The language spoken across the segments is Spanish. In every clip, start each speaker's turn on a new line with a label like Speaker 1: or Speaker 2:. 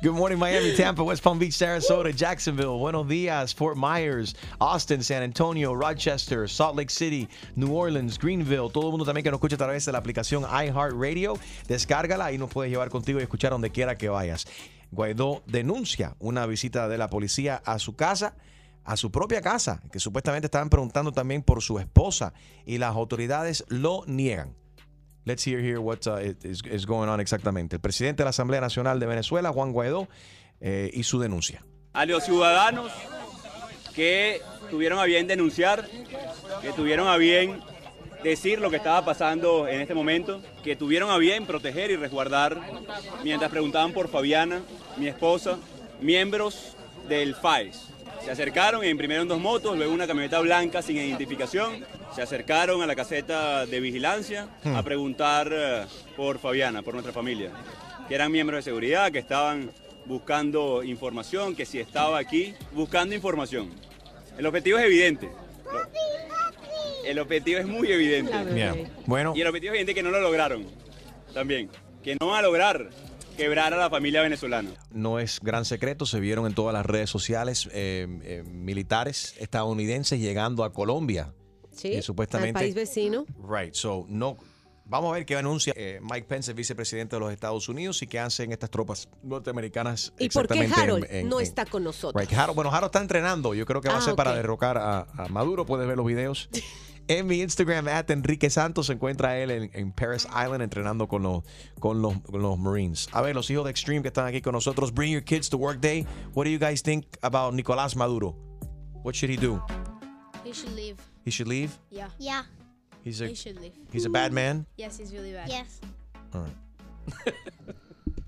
Speaker 1: Good morning, Miami, Tampa, West Palm Beach, Sarasota, Jacksonville, Buenos Dias, Fort Myers, Austin, San Antonio, Rochester, Salt Lake City, New Orleans, Greenville. Todo el mundo también que nos escucha a través de la aplicación iHeartRadio. Descárgala y nos puedes llevar contigo y escuchar donde quiera que vayas. Guaidó denuncia una visita de la policía a su casa a su propia casa, que supuestamente estaban preguntando también por su esposa y las autoridades lo niegan. Let's hear here what uh, is, is going on exactamente. El presidente de la Asamblea Nacional de Venezuela, Juan Guaidó, eh, y su denuncia.
Speaker 2: a los ciudadanos que tuvieron a bien denunciar, que tuvieron a bien decir lo que estaba pasando en este momento, que tuvieron a bien proteger y resguardar, mientras preguntaban por Fabiana, mi esposa, miembros del FAES. Se acercaron y imprimieron dos motos, luego una camioneta blanca sin identificación. Se acercaron a la caseta de vigilancia a preguntar eh, por Fabiana, por nuestra familia, que eran miembros de seguridad, que estaban buscando información, que si estaba aquí, buscando información. El objetivo es evidente. El objetivo es muy evidente.
Speaker 1: Bien. Bueno,
Speaker 2: Y el objetivo es evidente que no lo lograron también. Que no van a lograr quebrar a la familia venezolana.
Speaker 1: no es gran secreto, se vieron en todas las redes sociales eh, eh, militares estadounidenses llegando a Colombia.
Speaker 3: Sí,
Speaker 1: Y supuestamente-
Speaker 3: al país vecino.
Speaker 1: Right, so no. Vamos a ver qué anuncia eh, Mike Pence, el vicepresidente de los Estados Unidos, y qué hacen estas tropas norteamericanas.
Speaker 3: ¿Y por qué
Speaker 1: exactamente en-
Speaker 3: Harold
Speaker 1: en-
Speaker 3: no
Speaker 1: en-
Speaker 3: está con nosotros?
Speaker 1: Right, Harold- bueno, Harold está entrenando. Yo creo que va a
Speaker 3: Ah,
Speaker 1: ser para
Speaker 3: ok.
Speaker 1: derrocar a, a Maduro. Puedes ver los videos. En mi Instagram, at Enrique Santos, se encuentra él en, en Paris Island entrenando con los, con, los, con los Marines. A ver, los hijos de Extreme que están aquí con nosotros. Bring your kids to work day. What do you guys think about Nicolás Maduro? What should he do?
Speaker 4: He should leave.
Speaker 1: He should leave?
Speaker 4: Yeah.
Speaker 5: Yeah.
Speaker 1: He's a,
Speaker 4: He should leave.
Speaker 1: he's a bad man?
Speaker 4: Yes, he's really bad.
Speaker 5: Yes.
Speaker 1: All right.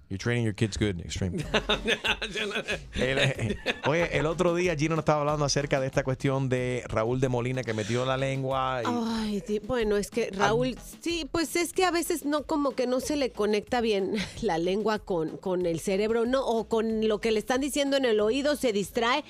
Speaker 1: You're training your kids good, extreme. El- eh, oye, el otro día Gino nos estaba hablando acerca de esta cuestión de Raúl de Molina que metió la lengua. y-
Speaker 3: Ay, di- bueno, es que Raúl, sí, pues es que a veces no, como que no se le conecta bien la lengua con, con el cerebro, no, o con lo que le están diciendo en el oído, se distrae.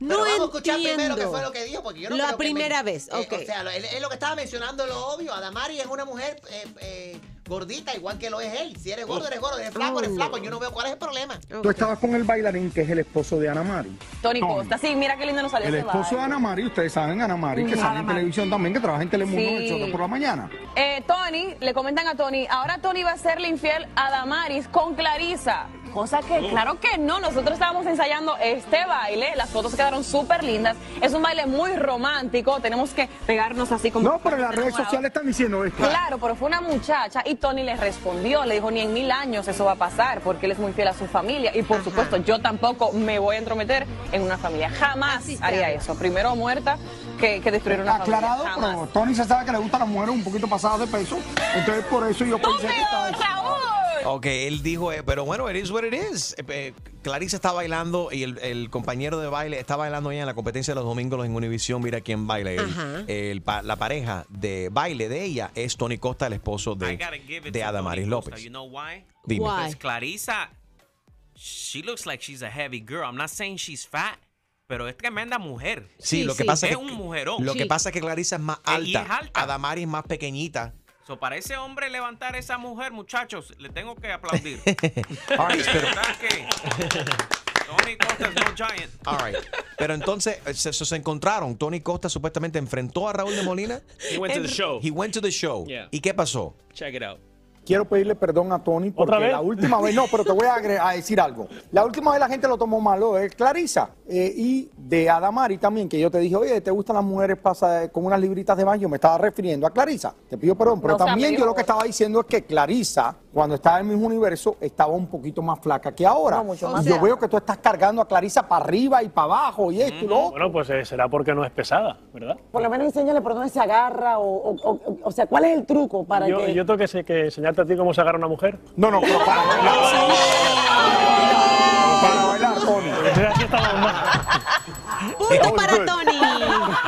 Speaker 3: No
Speaker 6: Pero vamos a escuchar
Speaker 3: entiendo.
Speaker 6: primero qué fue lo que dijo, porque yo no
Speaker 3: La
Speaker 6: creo que
Speaker 3: primera
Speaker 6: me-
Speaker 3: vez,
Speaker 6: eh,
Speaker 3: ok.
Speaker 6: o sea, lo- él- él lo que estaba mencionando lo obvio. Adamari es una mujer eh, eh, gordita, igual que lo es él. Si eres gordo, eres gordo. Eres flaco, eres
Speaker 3: Oh,
Speaker 6: flaco.
Speaker 3: no.
Speaker 6: Yo no veo cuál es el problema.
Speaker 7: Tú estabas con el bailarín que es el esposo de Ana Mari.
Speaker 8: Tony
Speaker 7: Tony.
Speaker 8: Costa. Sí, mira qué lindo nos salió
Speaker 7: El
Speaker 8: ese
Speaker 7: esposo de
Speaker 8: baile.
Speaker 7: Ana Mari, ustedes saben, Ana Mari, que sale en televisión también, que trabaja en Telemundo
Speaker 8: Sí.
Speaker 7: de 8 por la mañana.
Speaker 8: Eh, Tony, le comentan a Tony, ahora Tony va a serle infiel a Damaris con Clarisa. Cosa que, claro que no, nosotros estábamos ensayando este baile, las fotos quedaron súper lindas, es un baile muy romántico, tenemos que pegarnos así como...
Speaker 7: No, pero en las redes sociales están diciendo esto.
Speaker 8: Claro, pero fue una muchacha y Tony le respondió, le dijo, ni en mil años eso va a pasar, porque él es muy fiel a su familia y por supuesto yo tampoco me voy a entrometer en una familia, jamás
Speaker 3: Así se
Speaker 8: haría
Speaker 3: habla.
Speaker 8: eso, primero muerta que, que destruir una
Speaker 7: Aclarado,
Speaker 8: familia.
Speaker 7: pero
Speaker 8: jamás.
Speaker 7: Tony se sabe que le gustan las mujeres un poquito pasadas de peso. Entonces, por eso yo pensé que estaba...
Speaker 8: ¡Estúpido, Raúl!
Speaker 3: Oh.
Speaker 1: Ok, él dijo, eh, pero bueno, it is what it is. Eh, eh, Clarice está bailando y el, el compañero de baile está bailando ya en la competencia de los domingos en Univision. Mira quién baila. El-
Speaker 3: Ajá.
Speaker 1: el pa- la pareja de baile de ella es Tony Costa, el esposo de,
Speaker 9: I gotta give it
Speaker 1: de
Speaker 9: to
Speaker 1: Adamaris
Speaker 9: Tony Costa.
Speaker 1: López.
Speaker 9: You know why?
Speaker 1: Dime.
Speaker 3: Why?
Speaker 9: Because Clarisa, she looks like she's a heavy girl. I'm not saying she's fat, pero es tremenda mujer.
Speaker 1: Sí,
Speaker 3: Sí,
Speaker 1: lo que
Speaker 3: sí.
Speaker 1: pasa
Speaker 9: Es
Speaker 1: es que,
Speaker 9: un mujerón.
Speaker 1: Lo que
Speaker 3: Sí.
Speaker 1: pasa es que Clarisa es más
Speaker 9: Y es
Speaker 1: alta.
Speaker 9: alta.
Speaker 1: Adamari es más pequeñita.
Speaker 9: So, para ese hombre levantar a esa mujer, muchachos, le tengo que aplaudir.
Speaker 1: All right, pero,
Speaker 9: ¿Verdad que Tony Costa es no giant.
Speaker 1: all right. Pero entonces eh, se, se- se encontraron. Tony Costa supuestamente enfrentó a Raúl de Molina.
Speaker 10: He went to the show.
Speaker 1: He went to the show.
Speaker 10: Yeah.
Speaker 1: ¿Y qué pasó?
Speaker 10: Check it out.
Speaker 7: Quiero pedirle perdón a Tony porque
Speaker 10: ¿Otra vez?
Speaker 7: la última vez, no, pero te voy a, agre- a decir algo. La última vez la gente lo tomó malo es Clarisa eh, y de Adamari también, que yo te dije, oye, ¿te gustan las mujeres pasa, con unas libritas de baño? Me estaba refiriendo a Clarisa. Te pido perdón, pero
Speaker 8: No sea
Speaker 7: también yo
Speaker 8: peor.
Speaker 7: lo que estaba diciendo es que Clarisa, cuando estaba en el mismo universo, estaba un poquito más flaca que ahora.
Speaker 8: No, mucho
Speaker 7: Y
Speaker 8: más.
Speaker 7: yo
Speaker 3: O sea-
Speaker 7: veo que tú estás cargando a Clarisa para arriba y para abajo y
Speaker 5: Mm.
Speaker 7: esto y lo otro.
Speaker 10: Bueno, pues eh, será porque no es pesada, ¿verdad?
Speaker 11: Por lo menos enséñale por dónde se agarra o, o, o- o sea, ¿cuál es el truco para
Speaker 10: Yo,
Speaker 11: que...?
Speaker 10: yo tengo que, se- que enseñarte a ti cómo se agarra una mujer.
Speaker 7: No, no, pero para bailar. Para bailar, Tony.
Speaker 10: Gracias a mamá.
Speaker 6: Punto
Speaker 3: para
Speaker 6: Tony.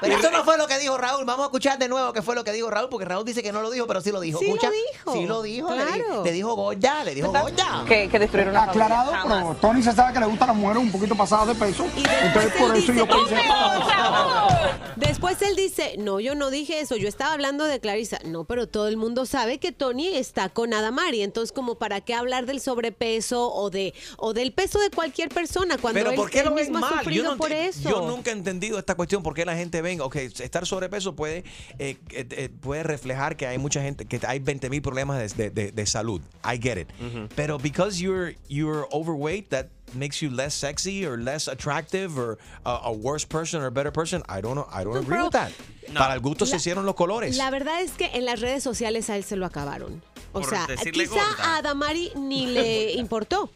Speaker 6: Pero eso no fue lo que dijo Raúl. Vamos a escuchar de nuevo qué fue lo que dijo Raúl, porque Raúl dice que no lo dijo, pero sí lo dijo.
Speaker 3: Sí lo
Speaker 6: Escucha,
Speaker 3: dijo.
Speaker 6: Sí lo dijo. le di-
Speaker 3: Claro.
Speaker 6: Le, dijo gorda, le dijo gorda.
Speaker 8: Que, que destruir una
Speaker 7: Aclarado,
Speaker 8: familia, jamás.
Speaker 7: pero Tony se sabe que le gustan las mujeres un poquito pasadas de peso. Entonces,
Speaker 3: él
Speaker 7: por eso
Speaker 3: dice,
Speaker 7: yo
Speaker 3: "No
Speaker 7: pensé.
Speaker 3: me Después él dice, no, yo no dije eso, yo estaba hablando de Clarisa. No, pero todo el mundo sabe que Tony está con Adamari, entonces como para qué hablar del sobrepeso o de o del peso de cualquier persona cuando
Speaker 1: Pero
Speaker 3: él,
Speaker 1: ¿por qué
Speaker 3: él
Speaker 1: lo ven
Speaker 3: mismo ha
Speaker 1: mal?
Speaker 3: sufrido
Speaker 1: no ent-
Speaker 3: por eso.
Speaker 1: yo nunca he entendido esta cuestión. ¿Por qué la gente ven, ok, estar sobrepeso puede, eh, eh, eh, puede reflejar que hay mucha gente, que hay 20 mil problemas de, de- de- de salud. I get it. Pero because you're, you're overweight, that makes you less sexy or less attractive or a- a worse person or a better person. I don't know. I don't agree
Speaker 3: pero-
Speaker 1: with that. Para el gusto se
Speaker 3: La-
Speaker 1: hicieron los colores.
Speaker 3: La verdad es que en las redes sociales a él se lo acabaron. O
Speaker 1: Por
Speaker 3: sea,
Speaker 1: decirle
Speaker 3: quizá
Speaker 1: gorda.
Speaker 3: a Adamari ni le importó.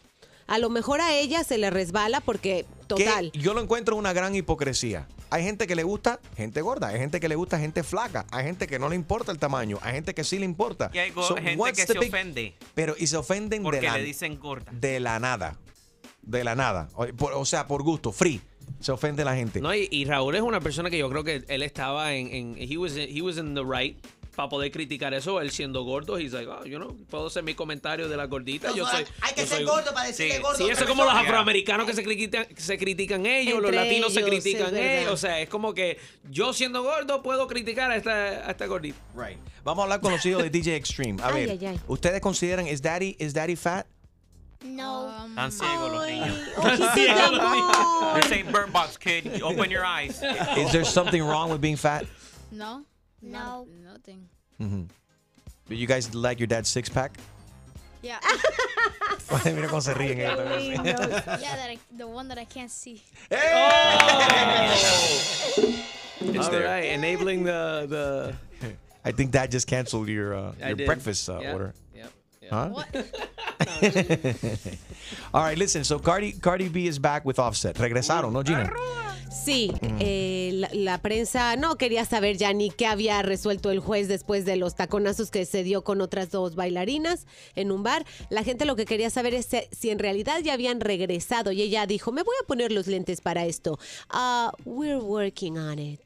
Speaker 3: A lo mejor a ella se le resbala porque,
Speaker 1: que
Speaker 3: total,
Speaker 1: yo lo encuentro una gran hipocresía. Hay gente que le gusta gente gorda, hay gente que le gusta gente flaca, hay gente que no le importa el tamaño, hay gente que sí le importa.
Speaker 9: Y hay go-
Speaker 1: So,
Speaker 9: gente
Speaker 1: what's
Speaker 9: que
Speaker 1: the
Speaker 9: se
Speaker 1: big-
Speaker 9: ofende
Speaker 1: Pero y se ofenden de
Speaker 9: porque
Speaker 1: la,
Speaker 9: le dicen gorda.
Speaker 1: de la nada. De la nada. O, por- o sea, por gusto, free. Se ofende la gente.
Speaker 5: No, y, y Raúl es una persona que yo creo que él estaba en, en- he, was in, he was in the right para poder criticar eso, él siendo gordo, he's like, oh, yo no puedo hacer mi comentario de la gordita, yo soy...
Speaker 6: Hay que
Speaker 5: yo
Speaker 6: ser
Speaker 5: soy-
Speaker 6: gordo para decirle gordo.
Speaker 5: Sí,
Speaker 6: a
Speaker 5: eso
Speaker 6: otra
Speaker 5: es como los
Speaker 6: persona.
Speaker 5: afroamericanos que se critican, que se critican ellos, los
Speaker 6: Entre
Speaker 5: latinos se
Speaker 6: ellos, es
Speaker 5: critican
Speaker 6: verdad.
Speaker 5: ellos, o sea, es como que yo siendo gordo puedo criticar a esta, a esta gordita.
Speaker 1: Right. Vamos a hablar con los hijos de DJ Extreme. A
Speaker 5: Ay,
Speaker 1: ver,
Speaker 5: ay, ay.
Speaker 1: ¿ustedes consideran is daddy, is daddy fat?
Speaker 4: No.
Speaker 3: Oh
Speaker 9: Están ciegos los niños.
Speaker 4: ojitos de amor.
Speaker 9: This ain't Bird Box, kid. Open your eyes.
Speaker 1: Is there something wrong with being fat?
Speaker 4: No. No. Nothing.
Speaker 1: Mhm. Do you guys like your dad's six pack?
Speaker 4: Yeah.
Speaker 1: Mira cómo se ríen. ellos
Speaker 4: yeah,
Speaker 1: también.
Speaker 4: that I, the one that I can't see.
Speaker 12: ¡Eh!
Speaker 1: It's
Speaker 5: All
Speaker 1: there.
Speaker 5: right, Ah, enabling the, the
Speaker 1: I think that just canceled your uh,
Speaker 5: I
Speaker 1: your
Speaker 5: did.
Speaker 1: breakfast uh,
Speaker 5: Yeah.
Speaker 1: order.
Speaker 5: Yep. Yep.
Speaker 1: Huh?
Speaker 5: What?
Speaker 1: All right, listen. So Cardi Cardi B is back with Offset. Regresaron, ¿no, Gina?
Speaker 3: sí,
Speaker 1: Mm.
Speaker 3: eh, la, la prensa no quería saber ya ni qué había resuelto el juez después de los taconazos que se dio con otras dos bailarinas en un bar. La gente lo que quería saber es si- si en realidad ya habían regresado y ella dijo, me voy a poner los lentes para esto. Ah, we're working on it.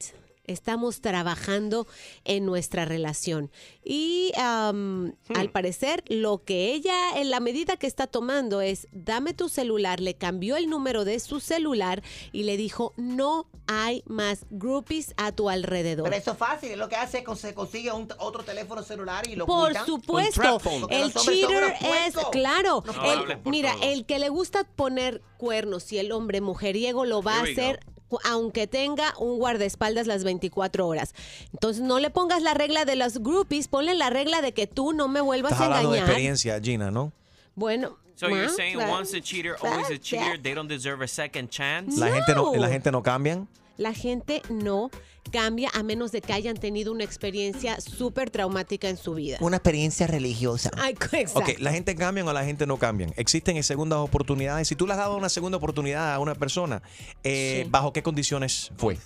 Speaker 3: Estamos trabajando en nuestra relación. Y
Speaker 6: Hmm.
Speaker 3: am, al parecer, lo que ella, en la medida que está tomando, es dame tu celular. Le cambió el número de su celular y le dijo: No hay más groupies a tu alrededor.
Speaker 6: Pero eso es fácil, es lo que hace es que se consigue un- otro teléfono celular y lo
Speaker 3: Por
Speaker 6: ocultan.
Speaker 3: supuesto,
Speaker 6: Porque
Speaker 3: el
Speaker 6: los hombres son
Speaker 3: cheater
Speaker 6: unos
Speaker 3: es,
Speaker 6: puercos.
Speaker 3: claro,
Speaker 6: No
Speaker 3: el-
Speaker 6: hablen por
Speaker 3: mira,
Speaker 6: todo.
Speaker 3: el que le gusta poner cuernos y el hombre mujeriego lo va a
Speaker 6: Here we go.
Speaker 3: hacer cu- aunque tenga un guardaespaldas las 24 horas. Entonces no le pongas la regla de los groupies, ponle la regla de que tú no me vuelvas
Speaker 1: Estás
Speaker 3: a
Speaker 1: hablando de
Speaker 3: engañar.
Speaker 1: experiencia, Gina, ¿no?
Speaker 3: Bueno,
Speaker 9: So you're
Speaker 3: ma,
Speaker 9: saying
Speaker 3: claro.
Speaker 9: once a cheater, always a cheater. They don't deserve a second chance.
Speaker 1: La gente no la gente no cambian.
Speaker 3: La gente no cambia a menos de que hayan tenido una experiencia súper traumática en su vida.
Speaker 1: Una experiencia religiosa.
Speaker 3: Ay, exacto.
Speaker 1: Ok, la gente cambian o la gente no cambian. Existen segundas oportunidades. Si tú le has dado una segunda oportunidad a una persona, eh, ¿bajo qué condiciones fue?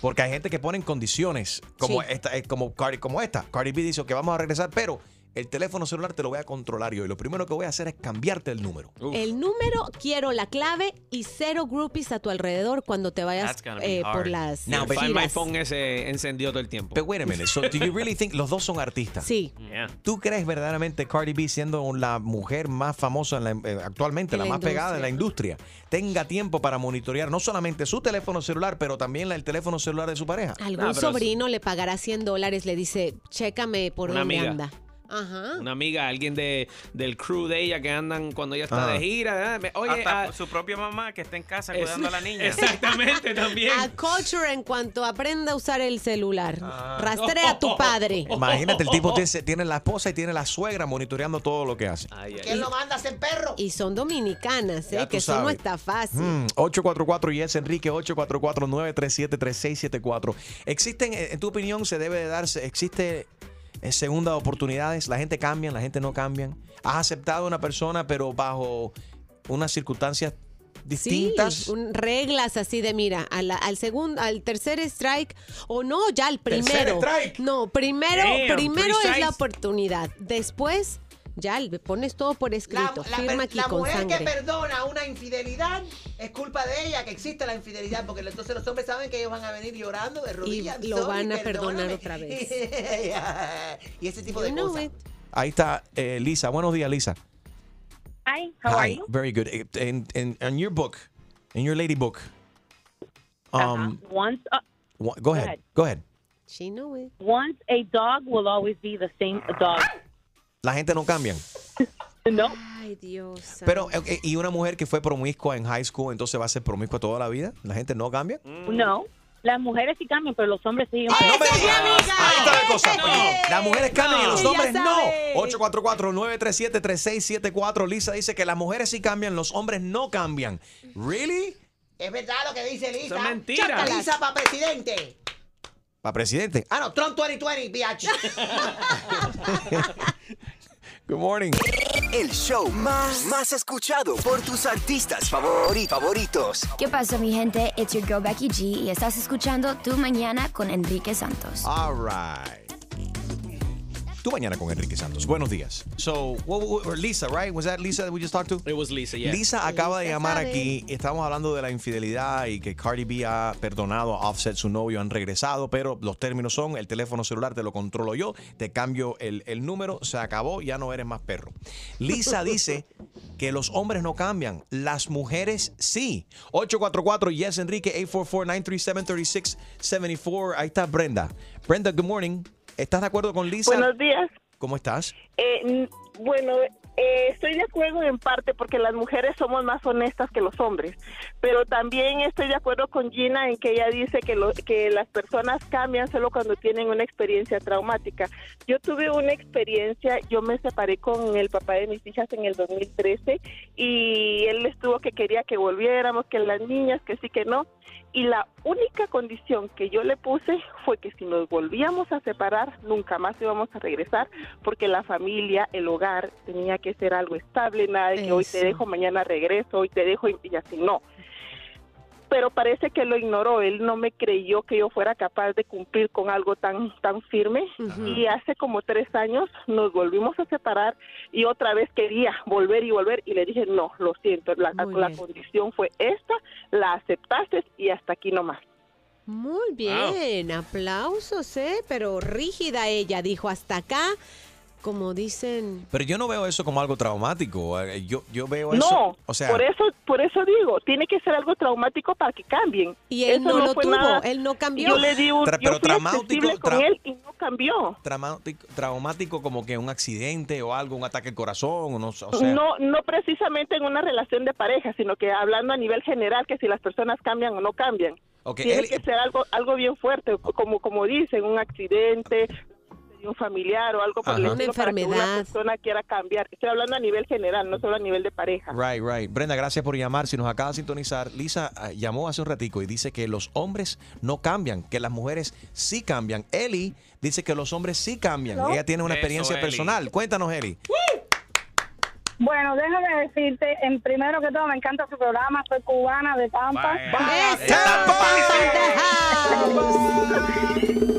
Speaker 1: Porque hay gente que pone en condiciones como
Speaker 13: Sí.
Speaker 1: esta, eh, como Cardi, como esta. Cardi B dice que vamos a regresar, pero el teléfono celular te lo voy a controlar yo y lo primero que voy a hacer es cambiarte el número.
Speaker 3: El número, quiero la clave y cero groupies a tu alrededor cuando te vayas
Speaker 5: That's gonna be
Speaker 3: eh, por
Speaker 5: hard.
Speaker 3: las
Speaker 5: Now,
Speaker 3: giras.
Speaker 5: Find My Phone ese encendió todo el tiempo.
Speaker 1: But wait a minute. So, do you really think los dos son artistas?
Speaker 3: Sí.
Speaker 1: ¿Tú crees verdaderamente Cardi B siendo la mujer más famosa en la- eh, actualmente,
Speaker 13: En
Speaker 1: la,
Speaker 13: la
Speaker 1: más pegada de
Speaker 13: industria.
Speaker 1: la industria, tenga tiempo para monitorear no solamente su teléfono celular, pero también la- el teléfono celular de su pareja?
Speaker 3: Algún sobrino le pagará 100 dólares, le dice, chécame por
Speaker 5: Una
Speaker 3: dónde
Speaker 5: amiga.
Speaker 3: anda. Ajá.
Speaker 5: Ah. Una amiga, alguien de, del crew de ella que andan cuando ella está
Speaker 1: Ajá.
Speaker 5: de gira. ¿eh? Me- Oye,
Speaker 9: Hasta
Speaker 5: ah,
Speaker 9: su propia mamá que está en casa
Speaker 5: es-
Speaker 9: cuidando a la niña. Este
Speaker 5: Exactamente, también.
Speaker 3: A culture en cuanto aprenda a usar el celular. Rastrea a tu padre.
Speaker 1: Ah. Imagínate, el tipo tiene, tiene la esposa y tiene la suegra monitoreando todo lo que hace.
Speaker 3: ¿Quién lo
Speaker 6: manda a ser perro?
Speaker 3: Y son dominicanas,
Speaker 1: Ya
Speaker 3: ¿eh?
Speaker 1: tú
Speaker 3: que eso no
Speaker 1: sabes.
Speaker 3: está fácil.
Speaker 1: Mm, 844 yes Enrique 844-937-3674. ¿Existen, eh, en tu opinión, se debe de darse, existe eh, segunda oportunidades? ¿La gente cambia, la gente no cambia? ¿Has aceptado a una persona pero bajo unas circunstancias distintas?
Speaker 3: Sí, un- reglas así de mira, a la- al segundo, al tercer strike o no, ya al
Speaker 1: Tercer
Speaker 3: primero.
Speaker 1: strike.
Speaker 3: No, primero,
Speaker 1: Damn,
Speaker 3: primero
Speaker 1: three
Speaker 3: es la
Speaker 1: strikes.
Speaker 3: oportunidad. Después Ya, le pones todo por escrito.
Speaker 6: La, per-
Speaker 3: Firma aquí
Speaker 6: la
Speaker 3: con
Speaker 6: mujer
Speaker 3: sangre.
Speaker 6: que perdona una infidelidad es culpa de ella que existe la infidelidad, porque entonces los hombres saben que ellos van a venir llorando de rodillas.
Speaker 3: lo
Speaker 6: sorry,
Speaker 3: van a perdonar
Speaker 6: perdóname.
Speaker 3: otra vez.
Speaker 6: y ese tipo de
Speaker 3: You know
Speaker 6: cosas.
Speaker 3: it.
Speaker 1: Ahí está eh, Lisa. Buenos días, Lisa.
Speaker 13: Hi, how are you?
Speaker 1: Very good. Eh, In, in, in your book, in your lady book. Um,
Speaker 13: Once, a,
Speaker 1: wha- go ahead. Go ahead.
Speaker 3: She knew it.
Speaker 13: Once a dog will always be the same dog.
Speaker 1: La gente no cambian.
Speaker 13: No.
Speaker 3: Ay, Dios.
Speaker 1: Pero, eh, ok, ¿y una mujer que fue promiscua en high school entonces va a ser promiscua toda la vida? ¿La gente no cambia?
Speaker 13: No. Las mujeres sí cambian, pero los hombres siguen.
Speaker 1: Ahí está la cosa. Oye, las mujeres cambian y los
Speaker 13: Ella
Speaker 1: hombres no.
Speaker 13: sabe.
Speaker 1: 844-937-3674. Lisa dice que las mujeres sí cambian, los hombres no cambian. ¿Really?
Speaker 6: Es verdad lo que dice Lisa.
Speaker 1: Son mentiras.
Speaker 6: Chaca, Lisa para presidente.
Speaker 1: Para presidente.
Speaker 6: Ah, no, Trump 2020, biatch.
Speaker 1: Good morning.
Speaker 14: El show más, más escuchado por tus artistas favori- favoritos.
Speaker 15: ¿Qué pasa, mi gente? It's your girl Becky G y estás escuchando Tu Mañana con Enrique Santos.
Speaker 1: All right. Tú mañana con Enrique Santos. Buenos días. So, what- what- or Lisa, right? Was that Lisa that we just talked to?
Speaker 5: It was Lisa, yeah.
Speaker 1: Lisa acaba de
Speaker 5: Lisa
Speaker 1: llamar
Speaker 5: sabe.
Speaker 1: aquí. Estamos hablando de la infidelidad y que Cardi B ha perdonado a Offset, su novio, han regresado, pero los términos son el teléfono celular te lo controlo yo, te cambio el, el número, se acabó, ya no eres más perro. Lisa dice que los hombres no cambian, las mujeres sí. 844 Yes Enrique 844-937-3674. Ahí está Brenda. Brenda, good morning. ¿Estás de acuerdo con Lisa?
Speaker 13: Buenos días.
Speaker 1: ¿Cómo estás?
Speaker 13: Eh, n- bueno, eh, estoy de acuerdo en parte porque las mujeres somos más honestas que los hombres, pero también estoy de acuerdo con Gina en que ella dice que, lo- que las personas cambian solo cuando tienen una experiencia traumática. Yo tuve una experiencia, yo me separé con el papá de mis hijas en el 2013 y él estuvo que quería que volviéramos, que las niñas, que sí, que no. Y la única condición que yo le puse fue que si nos volvíamos a separar, nunca más íbamos a regresar, porque la familia, el hogar, tenía que ser algo estable, nada de que hoy te
Speaker 16: Eso.
Speaker 13: dejo, mañana regreso, hoy te dejo y, y así no. Pero parece que lo ignoró, él no me creyó que yo fuera capaz de cumplir con algo tan, tan firme y hace como tres años nos volvimos a separar y otra vez quería volver y volver y le dije, no, lo siento, la, la
Speaker 3: bien.
Speaker 13: condición fue esta, la aceptaste y hasta aquí nomás.
Speaker 3: Muy bien, aplausos, ¿eh? Pero rígida ella, dijo hasta acá, como dicen.
Speaker 1: Pero yo no veo eso como algo traumático. Eh, Yo, yo veo eso.
Speaker 13: No,
Speaker 1: o sea,
Speaker 13: por eso por eso digo, tiene que ser algo traumático para que cambien.
Speaker 3: Y él
Speaker 13: Eso
Speaker 3: no lo
Speaker 13: fue
Speaker 3: tuvo,
Speaker 13: nada.
Speaker 3: él no cambió.
Speaker 13: Yo le di un,
Speaker 1: Tra-
Speaker 13: yo
Speaker 1: pero
Speaker 13: fui
Speaker 1: traumático,
Speaker 13: accesible con
Speaker 1: tra-
Speaker 13: él y no cambió.
Speaker 1: traumático, traumático como que un accidente o algo, un ataque al corazón, o no sé, o sea,
Speaker 13: no, no precisamente en una relación de pareja, sino que hablando a nivel general, que si las personas cambian o no cambian.
Speaker 1: Ok,
Speaker 13: Tiene
Speaker 1: él-
Speaker 13: que ser algo, algo bien fuerte, como, como dicen, un accidente de un familiar o algo por el
Speaker 1: Ajá.
Speaker 13: estilo
Speaker 1: Una
Speaker 13: para que una
Speaker 1: enfermedad.
Speaker 13: persona quiera cambiar. Estoy hablando a nivel general, no solo a nivel de pareja.
Speaker 1: Right, right. Brenda, gracias por llamar. Si nos acaba de sintonizar, Lisa ah, llamó hace un ratico y dice que los hombres no cambian, que las mujeres sí cambian. Eli dice que los hombres sí cambian.
Speaker 17: Hello.
Speaker 1: Ella tiene una
Speaker 17: Eso,
Speaker 1: experiencia
Speaker 17: Eli.
Speaker 1: personal. Cuéntanos, Eli.
Speaker 17: Bueno, déjame decirte, en primero que todo, me encanta su programa, soy cubana de Tampa.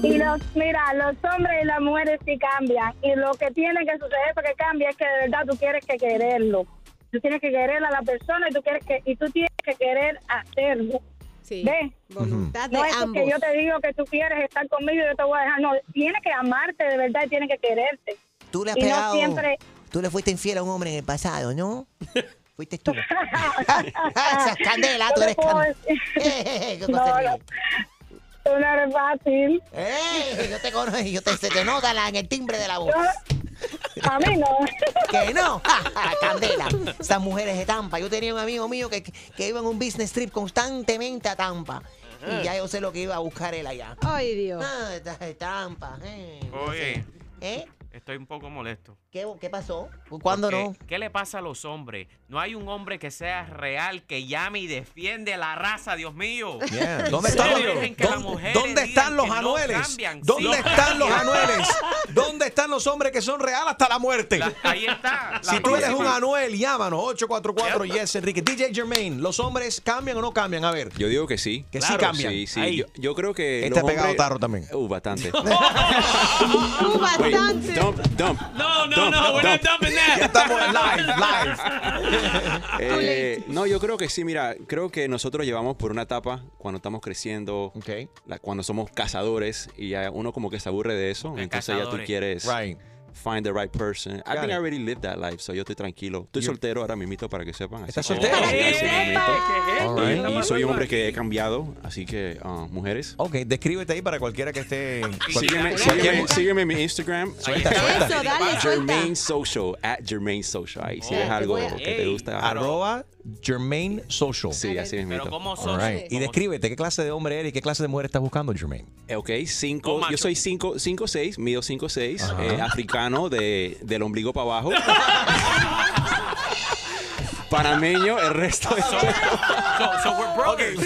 Speaker 17: Y los, mira, los hombres y las mujeres sí cambian. Y lo que tiene que suceder para que cambie es que de verdad tú quieres que quererlo. Tú tienes que querer a la persona y tú, quieres que, y tú tienes que querer hacerlo.
Speaker 3: Sí.
Speaker 17: ¿Ves?
Speaker 3: Voluntad
Speaker 17: No
Speaker 3: de
Speaker 17: es
Speaker 3: ambos.
Speaker 17: que yo te digo que tú quieres estar conmigo y yo te voy a dejar. No, tienes que amarte de verdad y tienes que quererte.
Speaker 6: Tú le has
Speaker 17: y
Speaker 6: pegado.
Speaker 17: No siempre,
Speaker 6: Tú le fuiste infiel a un hombre en el pasado, ¿no? Fuiste tú. Esa es candela,
Speaker 17: Yo
Speaker 6: tú
Speaker 17: te
Speaker 6: eres
Speaker 17: puedo
Speaker 6: candela.
Speaker 17: decir-
Speaker 6: cosa
Speaker 17: No,
Speaker 6: horrible.
Speaker 17: no, tú no eres fácil.
Speaker 6: ¡Ey! Eh, Yo te conozco, yo te, se te nota la- en el timbre de la voz.
Speaker 17: A mí no.
Speaker 6: ¿Que no? La candela. Estas mujeres de Tampa. Yo tenía un amigo mío que, que iba en un business trip constantemente a Tampa. Y ya yo sé lo que iba a buscar él allá.
Speaker 3: Ay, Dios.
Speaker 6: Ah, esta de Tampa. eh.
Speaker 9: Oye,
Speaker 6: ¿Eh?
Speaker 9: estoy un poco molesto.
Speaker 6: ¿Qué, qué pasó? ¿Cuándo
Speaker 9: Porque,
Speaker 6: no?
Speaker 9: ¿Qué le pasa a los hombres? No hay un hombre que sea real, que llame y defiende la raza, Dios mío.
Speaker 1: Yeah.
Speaker 9: ¿En
Speaker 1: ¿Dónde están
Speaker 9: serio?
Speaker 1: los-
Speaker 9: Dejen que las
Speaker 1: dónde-
Speaker 9: mujeres
Speaker 1: dónde
Speaker 9: digan
Speaker 1: están los
Speaker 9: que no
Speaker 1: anueles?
Speaker 9: cambian. Sí,
Speaker 1: ¿Dónde están los
Speaker 9: cambian.
Speaker 1: anueles? ¿Dónde están los hombres que son reales hasta la muerte?
Speaker 9: Ahí está.
Speaker 1: Si tú eres un
Speaker 5: Ah,
Speaker 1: Anuel, llámanos 844 Yes Enrique. DJ Germain, ¿los hombres cambian o no cambian? A ver.
Speaker 18: Yo digo que sí.
Speaker 1: Que sí cambian.
Speaker 18: Sí, sí.
Speaker 1: Ahí.
Speaker 18: Yo, yo creo que.
Speaker 1: Este
Speaker 18: los
Speaker 16: Uh,
Speaker 1: ha pegado
Speaker 18: hombres-
Speaker 1: tarro también.
Speaker 18: Uh, bastante.
Speaker 3: Tú bastante.
Speaker 16: Dump, dump.
Speaker 19: No, no,
Speaker 16: Dump,
Speaker 19: no,
Speaker 16: dump,
Speaker 19: we're not
Speaker 16: dump.
Speaker 19: dumping that.
Speaker 16: Ya estamos
Speaker 19: live,
Speaker 16: Eh, no, yo creo que sí, mira, creo que nosotros llevamos por una etapa cuando estamos creciendo, la- cuando somos cazadores y ya uno como que se aburre de eso, entonces ya tú
Speaker 9: cazadores.
Speaker 16: quieres
Speaker 9: Right.
Speaker 16: find the right person. I
Speaker 9: Got
Speaker 16: think I
Speaker 9: it.
Speaker 16: already lived that life, so yo estoy tranquilo. Estoy soltero ahora mismito para que sepan. así
Speaker 1: ¿Estás
Speaker 16: que-
Speaker 1: soltero? Para que
Speaker 16: Sí, mismito.
Speaker 1: sepan.
Speaker 16: Y-
Speaker 1: All
Speaker 16: Y
Speaker 1: right.
Speaker 16: soy un hombre que he cambiado, así que ah, mujeres.
Speaker 1: Ok, descríbete ahí para cualquiera que esté.
Speaker 16: Sígueme, sígueme, sígueme en mi Instagram.
Speaker 3: Eso, dale,
Speaker 16: Jermaine Social, at Jermaine Social. Ahí si
Speaker 3: Oh.
Speaker 16: ves algo
Speaker 3: Te voy a-
Speaker 16: que te gusta.
Speaker 1: Arroba Jermaine Social.
Speaker 16: Sí, así es. Pero
Speaker 9: ¿cómo
Speaker 1: All right. Y descríbete, ¿qué clase de hombre eres y qué clase de mujer estás buscando, Jermaine?
Speaker 16: Eh, Ok, cinco, yo soy 5'6, cinco, seis, mido 5'6,
Speaker 1: Ajá.
Speaker 16: eh, africano de, del ombligo para abajo. Panameño, el resto de...
Speaker 9: So, so we're brothers.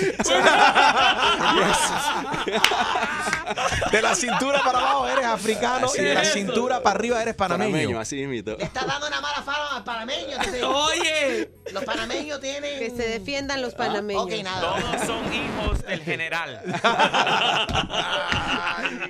Speaker 1: De la cintura para abajo eres africano
Speaker 16: Así
Speaker 1: y de la
Speaker 16: es.
Speaker 1: cintura para arriba eres panameño.
Speaker 16: Panameño, así mismito.
Speaker 6: Está dando una mala fama a los panameños. entonces.
Speaker 9: Oye.
Speaker 6: Los panameños tienen... Ah,
Speaker 3: Que se defiendan los panameños.
Speaker 6: Ok, nada.
Speaker 9: Todos son hijos del general.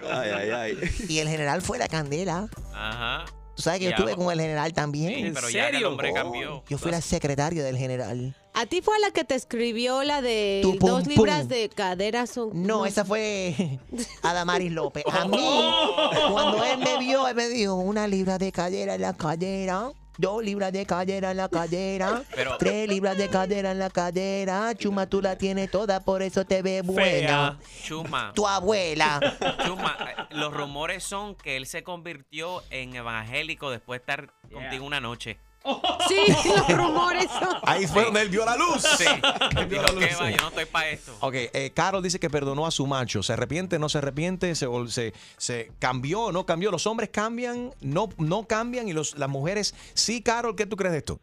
Speaker 16: Ay, ay, ay.
Speaker 6: Y el general fue la candela.
Speaker 9: Ajá.
Speaker 6: Tú sabes que yo
Speaker 9: Ya,
Speaker 6: estuve con el general también.
Speaker 9: Sí, pero ya que el hombre cambió.
Speaker 6: Oh, Yo fui la secretaria del general.
Speaker 3: ¿A ti fue a la que te escribió la de
Speaker 6: Tu pum
Speaker 3: dos
Speaker 6: pum.
Speaker 3: libras de cadera son...
Speaker 6: No, esa fue Adamaris López. A mí, cuando él me vio, él me dijo, una libra de cadera en la cadera, dos libras de cadera en la cadera,
Speaker 9: Pero-
Speaker 6: tres libras de cadera en la cadera, Chuma, tú la tienes toda, por eso te ves buena.
Speaker 9: Chuma.
Speaker 6: Tu abuela.
Speaker 9: Chuma, eh, los rumores son que él se convirtió en evangélico después de estar contigo una noche.
Speaker 3: Sí, los rumores son...
Speaker 1: Ahí fue donde él vio la luz.
Speaker 9: Sí.
Speaker 1: Él vio
Speaker 9: Dijo,
Speaker 1: la
Speaker 9: ¿qué
Speaker 1: luz.
Speaker 9: va? Yo no estoy para esto.
Speaker 1: Ok, eh, Carol dice que perdonó a su macho. ¿Se arrepiente? ¿No se arrepiente? ¿Se, vol- se, se cambió? ¿No cambió? ¿Los hombres cambian? ¿No, no cambian? ¿Y los, las mujeres sí, Carol? ¿Qué tú crees de esto?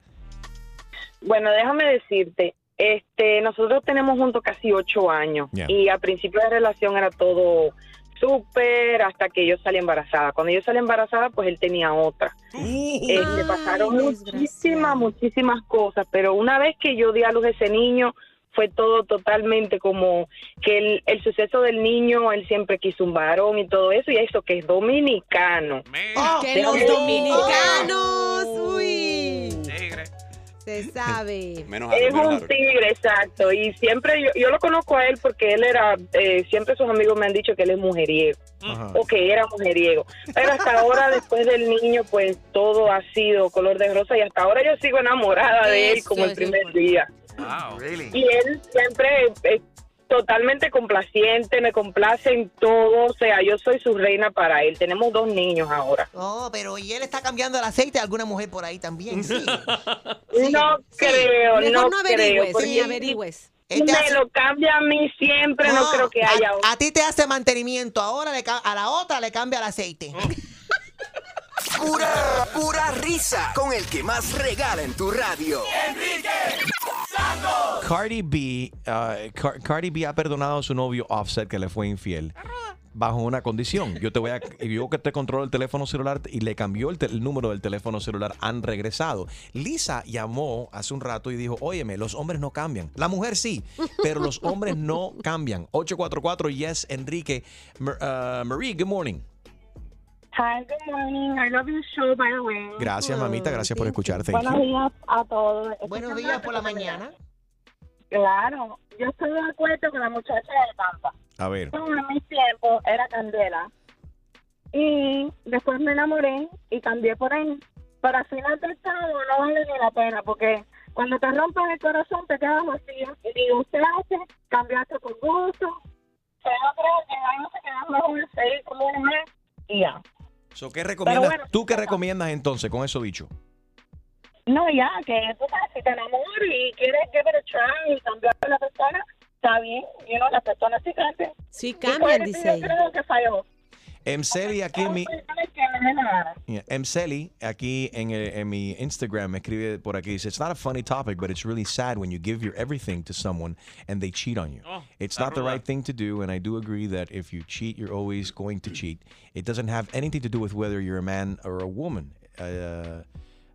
Speaker 17: Bueno, déjame decirte, este, nosotros tenemos juntos casi ocho años
Speaker 1: Ya.
Speaker 17: y al principio de relación era todo súper hasta que yo salí embarazada. Cuando yo salí embarazada, pues él tenía otra. Eh, le pasaron muchísimas, muchísimas cosas, pero una vez que yo di a luz a ese niño, fue todo totalmente como que el, el suceso del niño, él siempre quiso un varón y todo eso, y eso que es dominicano.
Speaker 3: que
Speaker 6: Oh,
Speaker 3: los
Speaker 17: Déjame-
Speaker 3: dominicanos, uy. Se sabe.
Speaker 16: Menos
Speaker 17: es un tigre, exacto. Y siempre yo, yo lo conozco a él porque él era, eh, siempre sus amigos me han dicho que él es mujeriego.
Speaker 12: Ajá.
Speaker 17: O que era mujeriego. Pero hasta ahora, después del niño, pues todo ha sido color de rosa y hasta ahora yo sigo enamorada de él
Speaker 12: Eso
Speaker 17: como el
Speaker 12: es
Speaker 17: primer día. Y él siempre es totalmente complaciente, me complace en todo. O sea, yo soy su reina para él. Tenemos dos niños ahora.
Speaker 6: No, pero y él está cambiando el aceite a alguna mujer por ahí también, sí.
Speaker 17: No creo,
Speaker 6: Mejor
Speaker 17: no,
Speaker 6: no
Speaker 17: creo.
Speaker 6: averigües,
Speaker 17: porque
Speaker 6: ni averigües.
Speaker 17: Me
Speaker 6: Este hace- Ah.
Speaker 17: lo cambia a mí siempre, no,
Speaker 6: No,
Speaker 17: creo que
Speaker 6: a-
Speaker 17: haya
Speaker 6: A, ti te hace mantenimiento, ahora le ca- a la otra le cambia el aceite.
Speaker 9: Oh.
Speaker 14: Pura, pura risa con el que más regala en tu radio.
Speaker 1: Cardi B, uh, Car- Cardi B ha perdonado a su novio Offset que le fue infiel bajo una condición. Yo te voy a, yo que te controlo el teléfono celular y le cambió el, te- el número del teléfono celular. Han regresado. Lisa llamó hace un rato y dijo, óyeme, los hombres no cambian. La mujer sí, pero los hombres no cambian. 844 yes Enrique Mer- uh, Marie, good morning.
Speaker 12: Hi, good morning. I love your show, by the way.
Speaker 1: Gracias mamita, gracias por escuchar. Thank
Speaker 12: Buenos
Speaker 1: you.
Speaker 12: días a todos.
Speaker 6: Buenos días por la mañana.
Speaker 12: Claro, yo estoy de acuerdo con la muchacha de Tampa.
Speaker 1: A ver.
Speaker 12: Yo en mis tiempos era Candela. Y después me enamoré y cambié por él. Pero al final del cabo no vale ni la pena porque cuando te rompen el corazón te quedas vacío. Y digo, usted hace, cambiaste por gusto. Pero yo creo que ahí se queda mejor seguir como un mes y ya.
Speaker 1: So, ¿qué recomiendas?
Speaker 12: bueno,
Speaker 1: ¿Tú qué recomiendas entonces con eso dicho?
Speaker 12: No, ya, que tú sabes, si te enamoras y quieres give it a try y cambiar a la persona, está bien. Y no, las personas sí cambian.
Speaker 3: Sí
Speaker 1: cambian, dice
Speaker 12: Yo
Speaker 1: ella.
Speaker 12: creo que falló.
Speaker 1: Emceli aquí en mi...
Speaker 12: Es que me enamora.
Speaker 1: Yeah, M. Selly, aquí en, eh, en mi Instagram, me escribe por aquí, dice, it's not a funny topic, but it's really sad when you give your everything to someone and they cheat on you.
Speaker 20: Oh,
Speaker 1: it's
Speaker 20: la
Speaker 1: not the
Speaker 20: ruda.
Speaker 1: right thing to do, and I do agree that if you cheat, you're always going to cheat. It doesn't have anything to do with whether you're a man or a woman. Uh,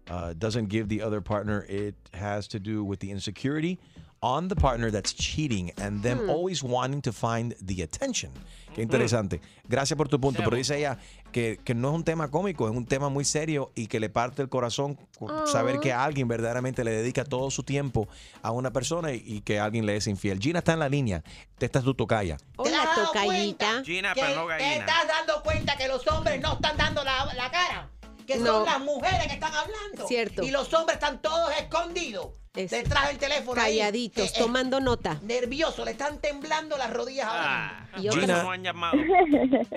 Speaker 1: uh, doesn't give the other partner. It has to do with the insecurity on the partner that's cheating and them
Speaker 21: Hmm.
Speaker 1: always wanting to find the attention. Qué interesante. Gracias por tu punto. Pero dice ella que, que no es un tema cómico, es un tema muy serio y que le parte el corazón cu-
Speaker 21: Aw.
Speaker 1: saber que alguien verdaderamente le dedica todo su tiempo a una persona y, y que alguien le es infiel. Gina está en la línea. Te estás tu tocaya.
Speaker 3: Hola, tocallita.
Speaker 9: Gina,
Speaker 6: Que
Speaker 9: pero no
Speaker 6: ¿Te
Speaker 9: gallina.
Speaker 6: estás dando cuenta que los hombres no están dando la, la cara? Que
Speaker 3: No.
Speaker 6: son las mujeres que están hablando.
Speaker 3: Cierto.
Speaker 6: Y los hombres están todos escondidos. Detrás del teléfono. ahí,
Speaker 3: Calladitos,
Speaker 6: eh, eh,
Speaker 3: tomando nota.
Speaker 6: nervioso, le están temblando las rodillas ahora.
Speaker 3: Y otros-
Speaker 1: Gina.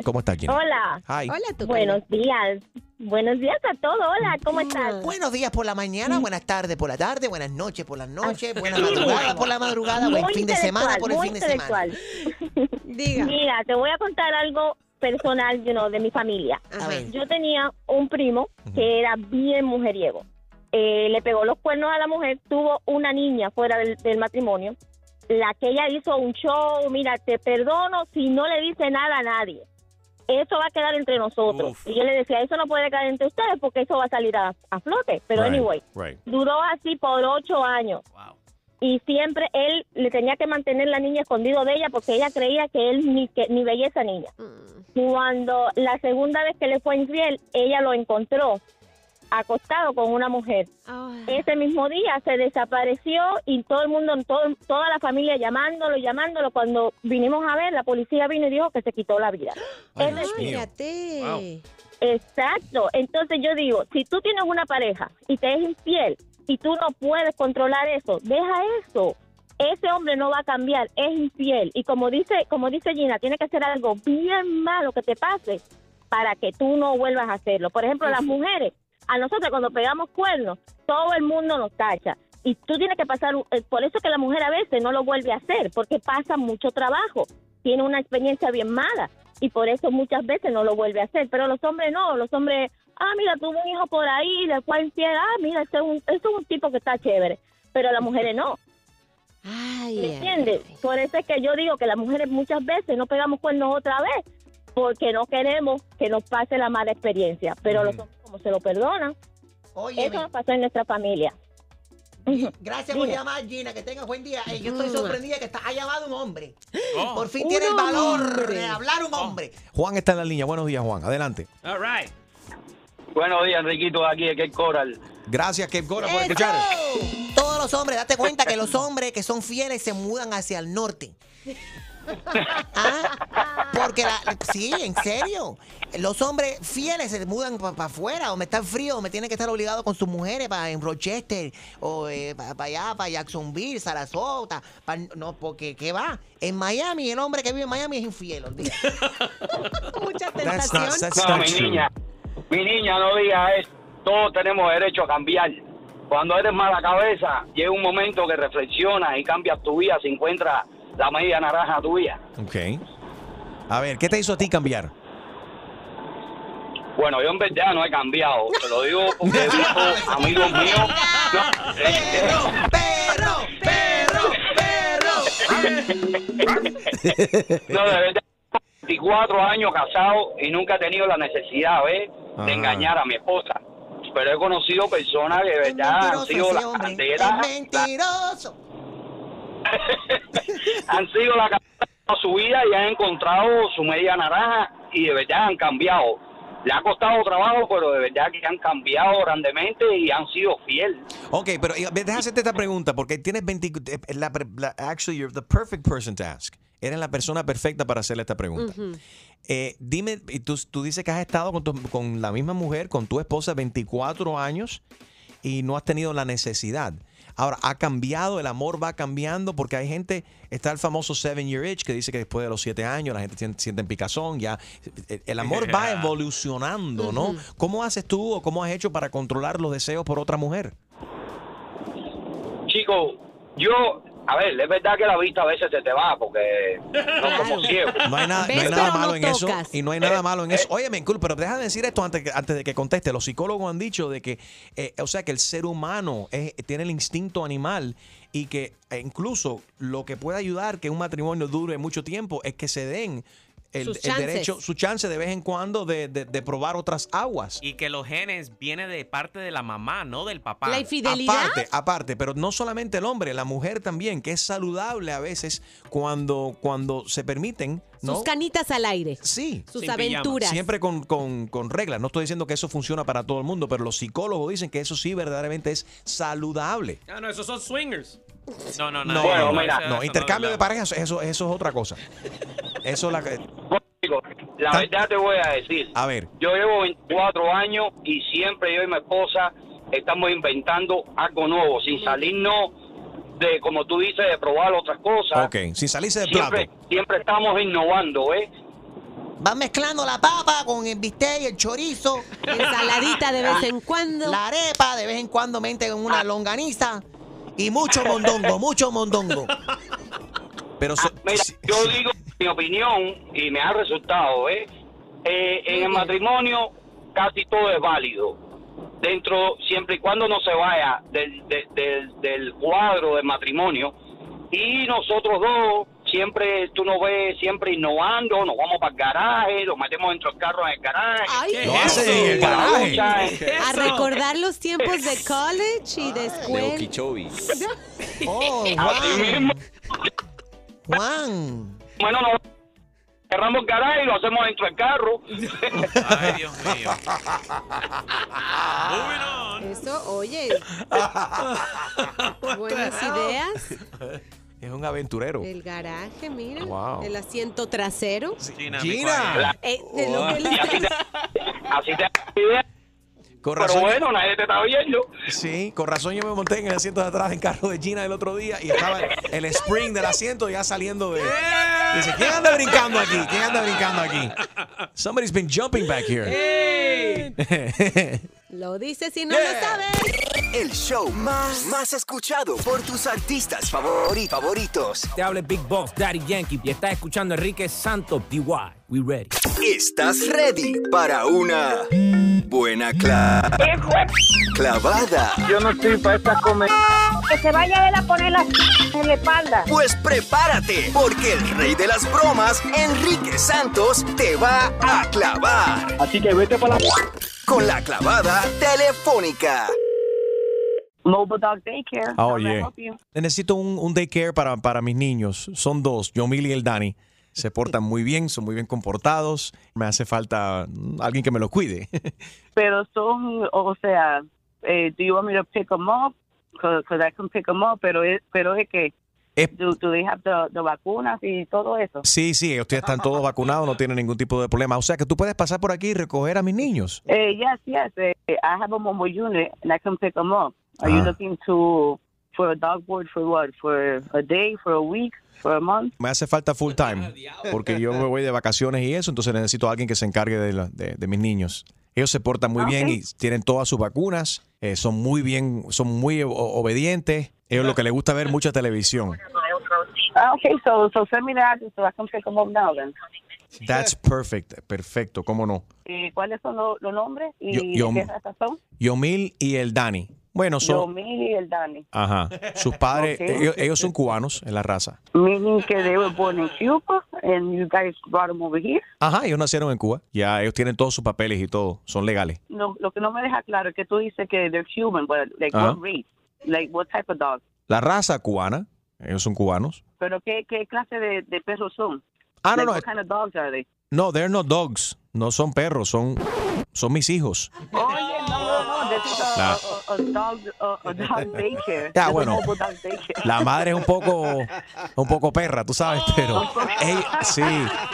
Speaker 1: ¿Cómo estás, Gina?
Speaker 22: Hola.
Speaker 1: Hi.
Speaker 22: Buenos días. Buenos días a todos. Hola, ¿cómo estás?
Speaker 6: Buenos días por la mañana, buenas tardes por la tarde, buenas noches por las noches, buenas
Speaker 22: sí.
Speaker 6: madrugadas por la madrugada, buen
Speaker 22: Muy
Speaker 6: fin de semana por el
Speaker 22: intelectual,
Speaker 6: fin de
Speaker 22: muy
Speaker 6: semana.
Speaker 22: intelectual. Mira, te voy a contar algo personal, you know, de mi familia.
Speaker 6: ver.
Speaker 22: Yo tenía un primo que era bien mujeriego. Eh, le pegó los cuernos a la mujer, tuvo una niña fuera del, del matrimonio, la que ella hizo un show, mira, te perdono si no le dice nada a nadie. Eso va a quedar entre nosotros. Y yo le decía, eso no puede quedar entre ustedes porque eso va a salir a, a flote. Pero
Speaker 23: Right,
Speaker 22: anyway,
Speaker 23: right.
Speaker 22: duró así por ocho años. Y siempre él le tenía que mantener la niña escondido de ella porque ella creía que él ni, que, ni veía esa niña. Cuando la segunda vez que le fue infiel, ella lo encontró acostado con una mujer. Ese mismo día se desapareció y todo el mundo, todo- toda la familia llamándolo, llamándolo. Cuando vinimos a ver, la policía vino y dijo que se quitó la vida.
Speaker 3: Ay,
Speaker 22: Es
Speaker 3: Dios
Speaker 22: decir,
Speaker 3: mío. Fíjate. Wow.
Speaker 22: Exacto. Entonces yo digo, si tú tienes una pareja y te es infiel y tú no puedes controlar eso, deja eso. Ese hombre no va a cambiar, es infiel. Y como dice, como dice Gina, tiene que ser algo bien malo que te pase para que tú no vuelvas a hacerlo. Por ejemplo, las mujeres, a nosotros cuando pegamos cuernos, todo el mundo nos tacha. Y tú tienes que pasar, eh, por eso que la mujer a veces no lo vuelve a hacer, porque pasa mucho trabajo, tiene una experiencia bien mala y por eso muchas veces no lo vuelve a hacer. Pero los hombres no, los hombres, ah, mira, tuvo un hijo por ahí, le fue infiel, ah, mira, este es un, este es un tipo que está chévere. Pero las mujeres no. ¿Me entiendes? Por eso es que yo digo que las mujeres muchas veces no pegamos cuernos otra vez porque no queremos que nos pase la mala experiencia. Pero los hombres, como se lo perdonan,
Speaker 6: Óyeme.
Speaker 22: eso nos pasó en nuestra familia.
Speaker 6: Gracias por
Speaker 22: Dime.
Speaker 6: llamar, Gina. Que tengas buen día. Eh, yo estoy
Speaker 22: Mm.
Speaker 6: sorprendida que está, ha llamado un hombre.
Speaker 5: Oh.
Speaker 6: Por fin
Speaker 5: Un
Speaker 6: tiene el valor
Speaker 5: hombre. Oh.
Speaker 6: de hablar un hombre.
Speaker 1: Juan está en la línea. Buenos días, Juan. Adelante.
Speaker 5: All right.
Speaker 24: Buenos días, Enriquito, aquí, aquí el Coral.
Speaker 1: Gracias, Cape Cora, por escuchar.
Speaker 6: Todos los hombres, date cuenta que los hombres que son fieles se mudan hacia el norte. Ah, Porque la- sí, en serio. Los hombres fieles se mudan para afuera, o me están fríos, o me tienen que estar obligados con sus mujeres para en Rochester, o para allá, para Jacksonville, Sarasota. pa- no, porque ¿qué va? En Miami, el hombre que vive en Miami es infiel, olvídate.
Speaker 3: Mucha
Speaker 24: That's
Speaker 6: tentación.
Speaker 24: not- that's No, not mi true. niña. Mi niña, no diga eso. Todos tenemos derecho a cambiar. Cuando eres mala cabeza, llega un momento que reflexionas y cambias tu vida si encuentras la media naranja tuya.
Speaker 1: Ok. A ver, ¿qué te hizo a ti cambiar?
Speaker 24: Bueno, yo en verdad no he cambiado. Te lo digo porque he visto amigos míos. No, de verdad, 24 años casado y nunca he tenido la necesidad, ¿ves?
Speaker 1: Ajá.
Speaker 24: De engañar a mi esposa. Pero he conocido personas que de verdad han
Speaker 6: Mentiroso
Speaker 24: sido
Speaker 6: ese
Speaker 24: la
Speaker 6: hombre.
Speaker 24: bandera,
Speaker 6: Es mentiroso.
Speaker 24: han sido la cabeza de su vida y han encontrado su media naranja y de verdad han cambiado. Le ha costado trabajo, pero de verdad que han cambiado grandemente y han sido fiel.
Speaker 1: Ok, pero eh, déjame hacerte esta pregunta porque tienes 20. eh, La, pre- la- actually, you're the perfect person to ask. Eres la persona perfecta para hacerle esta pregunta. Eh, dime, y tú, tú dices que has estado con, tu- con la misma mujer, con tu esposa, 24 años y no has tenido la necesidad. Ahora, ha cambiado, el amor va cambiando porque hay gente, está el famoso seven year itch que dice que después de los siete años la gente siente, siente en picazón, ya. El- El amor va evolucionando, ¿no?
Speaker 24: Ujú.
Speaker 1: ¿Cómo haces tú o cómo has hecho para controlar los deseos por otra mujer?
Speaker 24: Chico, yo, a ver, es verdad que la vista a veces se te va porque no somos ciegos.
Speaker 1: No hay nada, no hay nada malo en eso. Y no hay
Speaker 9: Eh,
Speaker 1: nada malo en eso. Oye, me pero déjame decir esto antes, que- antes de que conteste. Los psicólogos han dicho de que, eh, o sea, que el ser humano es- tiene el instinto animal y que eh, incluso lo que puede ayudar que un matrimonio dure mucho tiempo es que se den el,
Speaker 9: Sus
Speaker 1: el derecho,
Speaker 9: chances.
Speaker 1: su chance de vez en cuando de, de- de probar otras aguas.
Speaker 9: Y que los genes vienen de parte de la mamá, no del papá.
Speaker 1: Aparte, aparte, pero no solamente el hombre, la mujer también, que es saludable a veces cuando, cuando se permiten. ¿no?
Speaker 3: Sus canitas al aire.
Speaker 1: Sí.
Speaker 3: Sus aventuras.
Speaker 1: Siempre con, con- con reglas. No estoy diciendo que eso funciona para todo el mundo, pero los psicólogos dicen que eso sí verdaderamente es saludable.
Speaker 5: Ah, no, esos son swingers.
Speaker 9: No, no, no.
Speaker 1: No, no,
Speaker 9: eso-
Speaker 1: no,
Speaker 9: eso no
Speaker 1: intercambio
Speaker 9: hablamos.
Speaker 1: de parejas, eso, eso es otra cosa. Eso es la que-
Speaker 24: La verdad te voy a decir.
Speaker 1: A ver.
Speaker 24: Yo llevo 24 años y siempre yo y mi esposa estamos inventando algo nuevo, sin salirnos de, como tú dices, de probar otras cosas.
Speaker 1: Ok, sin salirse del plato.
Speaker 24: siempre, siempre estamos innovando, ¿eh?
Speaker 6: Van mezclando la papa con el bistec y el chorizo.
Speaker 3: Ensaladita de vez en cuando.
Speaker 6: La arepa de vez en cuando meten una longaniza. Y mucho mondongo, mucho mondongo.
Speaker 1: Pero
Speaker 24: Mira, yo digo mi opinión y me ha resultado, ¿eh? Eh, en el matrimonio casi todo es válido. Dentro, siempre y cuando no se vaya del, de- del- del cuadro del matrimonio. Y nosotros dos, siempre, tú nos ves siempre innovando, nos vamos para el garaje, nos metemos dentro del carro en el garaje.
Speaker 1: Lo hacen en el garaje.
Speaker 3: A recordar los tiempos de college y de
Speaker 16: De
Speaker 3: escuela.
Speaker 16: Okeechobee.
Speaker 6: Oh,
Speaker 24: Juan.
Speaker 6: Juan.
Speaker 24: Bueno, nos cerramos el garaje y lo hacemos dentro del carro.
Speaker 9: Ay, Dios mío.
Speaker 1: Ah.
Speaker 3: Eso, oye. Buenas ideas.
Speaker 1: Es un aventurero.
Speaker 3: El garaje, mira.
Speaker 1: Wow.
Speaker 3: El asiento trasero.
Speaker 1: Gina, Gina.
Speaker 3: Eh, de lo que le-
Speaker 24: Así te das idea.
Speaker 1: Con
Speaker 24: Pero
Speaker 1: razón-
Speaker 24: bueno, nadie te está oyendo.
Speaker 1: Sí, con razón yo me monté en el asiento de atrás en carro de Gina el otro día y estaba el spring del asiento ya saliendo de. Dice, ¿quién anda brincando aquí? ¿Quién anda brincando aquí? Somebody's been jumping back here.
Speaker 3: Lo dices y no lo sabes.
Speaker 14: El show más, más escuchado por tus artistas favori- favoritos.
Speaker 25: Te habla el Big Boss, Daddy Yankee, y estás escuchando a Enrique Santos, DY. We ready.
Speaker 14: ¿Estás ready para una buena cla- clavada? Yo no estoy para esta comer.
Speaker 17: Que se vaya a él a poner la en la espalda.
Speaker 14: Pues prepárate, porque el rey de las bromas, Enrique Santos, te va a clavar. Así que vete para la... Con la clavada telefónica.
Speaker 21: Mobile Dog Daycare. How may I
Speaker 1: Ah, Oye,
Speaker 21: help you?
Speaker 1: Oh, necesito un, un daycare para, para mis niños. Son dos, yo, Milly y el Dani. Se portan muy bien, son muy bien comportados. Me hace falta mm, alguien que me los cuide.
Speaker 21: Pero son, o sea, eh, do you want me to pick them up? Because I can pick them up, pero es, pero es que, do, do they have the, the vacunas y todo eso?
Speaker 1: Sí, sí, ellos ya están todos vacunados, no tienen ningún tipo de problema. O sea que tú puedes pasar por aquí y recoger a mis niños.
Speaker 21: Eh, yes, yes. eh, I have a mobile unit and I can pick them up. Are you looking to for a dog board for what? For a day, for a week, for a month?
Speaker 1: Me hace falta full time, porque yo me voy de vacaciones y eso, entonces necesito a alguien que se encargue de, la- de- de mis niños. Ellos se portan
Speaker 21: Ah,
Speaker 1: muy bien y tienen todas sus vacunas, eh, son muy bien, son muy o- obedientes. Ellos lo que les gusta ver mucha televisión.
Speaker 21: Ah, Okay, so so send me the address so I can pick them up now then.
Speaker 1: That's perfect, perfecto, cómo no.
Speaker 21: Eh, ¿Cuáles son lo- los nombres y
Speaker 1: Yo- yo-
Speaker 21: de qué raza son?
Speaker 1: Yomil y el Dani. Bueno, son,
Speaker 21: Yomil y el Dani.
Speaker 1: ajá, sus padres,
Speaker 21: Ok.
Speaker 1: ellos, ellos son cubanos en la raza.
Speaker 21: Meaning que they were born in Cuba and you guys brought them over here.
Speaker 1: Ajá, ellos nacieron en Cuba. Ya ellos tienen todos sus papeles y todo, son legales.
Speaker 21: No, lo que no me deja claro es que tú dices que they're Cuban, but like
Speaker 1: Ajá.
Speaker 21: what race? Like what type of dog?
Speaker 1: La raza cubana, ellos son cubanos.
Speaker 21: Pero qué, qué clase de, de perros son?
Speaker 1: Ah, no,
Speaker 21: Like,
Speaker 1: no,
Speaker 21: What kind of dogs are they?
Speaker 1: No, they're not dogs. No son perros, son, son mis hijos.
Speaker 21: Oye, no, no, no, this is a,
Speaker 1: Nah.
Speaker 21: a, a dog, a, a dog daycare.
Speaker 1: Ya,
Speaker 21: This is
Speaker 1: bueno.
Speaker 21: a dog daycare.
Speaker 1: La madre es un poco, un poco perra, tú sabes, pero ey, sí,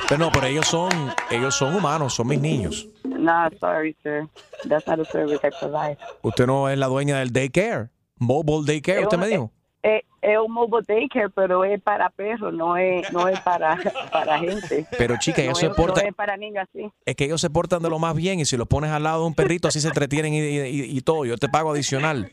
Speaker 1: pero no, pero ellos son, ellos son humanos, son mis niños.
Speaker 21: Nah, sorry, sir. That's not a service I provide.
Speaker 1: Usted no es la dueña del daycare, mobile daycare, usted me dijo.
Speaker 21: Es, eh, es un mobile daycare, pero es para perros, no es, no es para, para gente.
Speaker 1: Pero chica,
Speaker 21: no
Speaker 1: ellos
Speaker 21: es,
Speaker 1: se portan,
Speaker 21: no es para niños así.
Speaker 1: es que ellos se portan de lo más bien y si los pones al lado de un perrito así se entretienen y, y- y todo. Yo te pago adicional.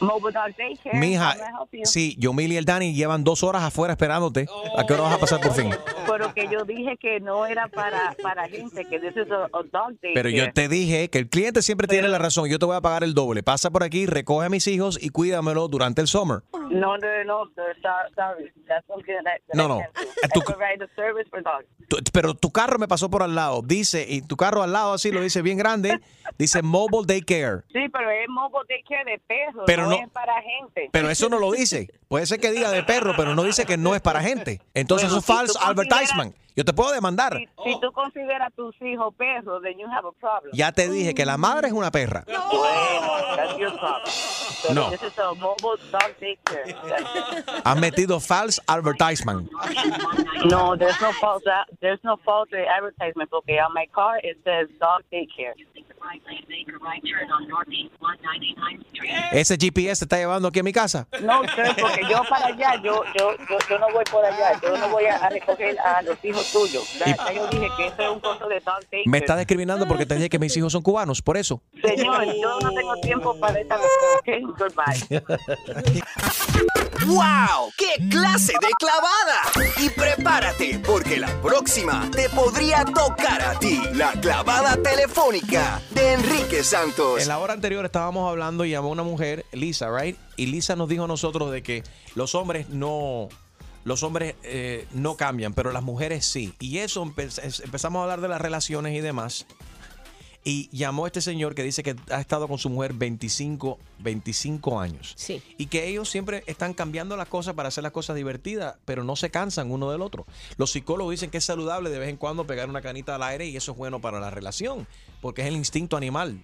Speaker 21: Mobile dog daycare.
Speaker 1: Mija,
Speaker 21: how may I help you?
Speaker 1: sí, yo, Mili y el Dani llevan dos horas afuera esperándote. ¿A qué hora vas a pasar por fin?
Speaker 21: Pero que yo dije que no era para, para gente, que this is a, a dog daycare.
Speaker 1: Pero yo te dije que el cliente siempre tiene la razón. Yo te voy a pagar el doble. Pasa por aquí, recoge a mis hijos y cuídamelo durante el summer.
Speaker 21: No, no, no, sir. Sorry, sorry. That's something that, that
Speaker 1: No,
Speaker 21: I
Speaker 1: no. Eh,
Speaker 21: can't do. I provide the service for dogs.
Speaker 1: Tu- pero tu carro me pasó por al lado. Dice, y tu carro al lado así lo dice bien grande. Dice Mobile Daycare.
Speaker 21: Sí, pero es mobile daycare de perros,
Speaker 1: Pero
Speaker 21: no,
Speaker 1: no-
Speaker 21: es para gente.
Speaker 1: Pero eso no lo dice. Puede ser que diga de perro, pero no dice que no es para gente. Entonces eso es false advertisement. Yo te puedo demandar.
Speaker 21: Si, si tú consideras a tus hijos perros, then you have a problem.
Speaker 1: Ya te dije que la madre es una perra.
Speaker 21: Bueno, that's your problem. Pero
Speaker 1: No.
Speaker 21: This is a mobile dog daycare.
Speaker 1: Has metido false advertisement.
Speaker 21: No, there's no false. There's no false advertisement. Okay, on my car it says dog daycare.
Speaker 1: Ese GPS te está llevando aquí a mi casa.
Speaker 21: No, sir, porque yo para allá, yo, yo, yo, yo no voy por allá, yo no voy a, a recoger a los hijos tuyos. Ya,
Speaker 1: Y-
Speaker 21: ya yo dije que eso es un costo de dog daycare.
Speaker 1: Me está discriminando porque te dije que mis hijos son cubanos, por eso.
Speaker 21: Señor, yo no tengo
Speaker 6: Oh,
Speaker 21: tiempo para esta okay, goodbye.
Speaker 14: ¡Wow! ¡Qué clase de clavada! Y prepárate, porque la próxima te podría tocar a ti la clavada telefónica de Enrique Santos.
Speaker 1: En la hora anterior estábamos hablando y llamó una mujer, Lisa, right? Y Lisa nos dijo a nosotros de que los hombres no, los hombres eh, no cambian, pero las mujeres sí. Y eso empe- es- empezamos a hablar de las relaciones y demás. Y llamó este señor que dice que ha estado con su mujer 25, 25 años.
Speaker 3: Sí.
Speaker 1: Y que ellos siempre están cambiando las cosas para hacer las cosas divertidas, pero no se cansan uno del otro. Los psicólogos dicen que es saludable de vez en cuando pegar una canita al aire y eso es bueno para la relación, porque es el instinto animal.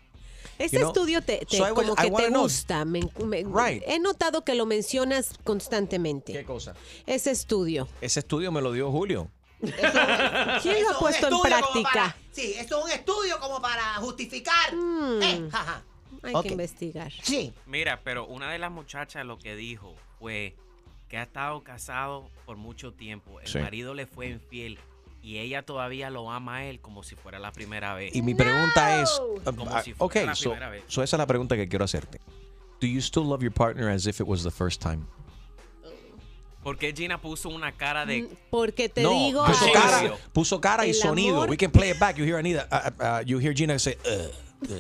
Speaker 3: Este
Speaker 1: You know?
Speaker 3: estudio te, te-
Speaker 1: So I
Speaker 3: como
Speaker 1: was- I
Speaker 3: que te
Speaker 1: wanna know.
Speaker 3: gusta. me- me-
Speaker 1: Right.
Speaker 3: He notado que lo mencionas constantemente.
Speaker 1: ¿Qué cosa?
Speaker 3: Ese estudio.
Speaker 1: Ese estudio me lo dio Julio.
Speaker 3: ¿Quién lo ha
Speaker 6: Eso es un
Speaker 3: puesto
Speaker 6: estudio
Speaker 3: en
Speaker 6: como
Speaker 3: práctica?
Speaker 6: para- sí, esto es un estudio como para justificar. Eh, jaja.
Speaker 3: Hmm. Hay
Speaker 6: Ok.
Speaker 3: que investigar.
Speaker 6: Sí.
Speaker 9: Mira, pero una de las muchachas lo que dijo fue que ha estado casado por mucho tiempo. El
Speaker 1: Sí.
Speaker 9: marido le fue infiel y ella todavía lo ama a él como si fuera la primera vez.
Speaker 1: Y mi pregunta es,
Speaker 9: Como
Speaker 1: ah,
Speaker 9: si fuera
Speaker 1: ok,
Speaker 9: la
Speaker 1: so,
Speaker 9: primera vez.
Speaker 1: so esa es la pregunta que quiero hacerte. Do you still love your partner as if it was the first time?
Speaker 9: ¿Por qué Gina puso una cara de
Speaker 3: Porque te
Speaker 1: no,
Speaker 3: digo.
Speaker 1: puso
Speaker 3: ay,
Speaker 1: cara, puso cara y
Speaker 3: El
Speaker 1: sonido.
Speaker 3: amor-
Speaker 1: We can play it back. You hear Anita, uh, uh, you hear Gina say, uh, uh.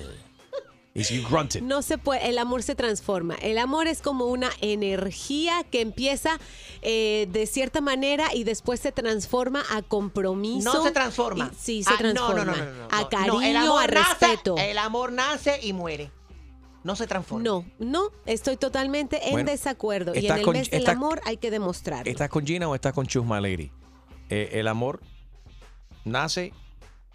Speaker 1: Is you grunted.
Speaker 3: No se puede, el amor se transforma. El amor es como una energía que empieza eh, de cierta manera y después se transforma a compromiso.
Speaker 6: No se transforma.
Speaker 3: Y- sí, se
Speaker 6: Ah, no, no,
Speaker 3: transforma.
Speaker 6: no, no, no, no.
Speaker 3: A cariño,
Speaker 6: No, el amor
Speaker 3: a
Speaker 6: nace-
Speaker 3: respeto.
Speaker 6: el amor nace y muere. No se transforma.
Speaker 3: No, no, estoy totalmente en
Speaker 1: Bueno,
Speaker 3: desacuerdo. Y en
Speaker 1: estás
Speaker 3: el
Speaker 1: con- Eh,
Speaker 3: mes del
Speaker 1: estás-
Speaker 3: amor hay que demostrarlo.
Speaker 1: ¿Estás con Gina o estás con Chus My Lady? Eh, ¿El amor nace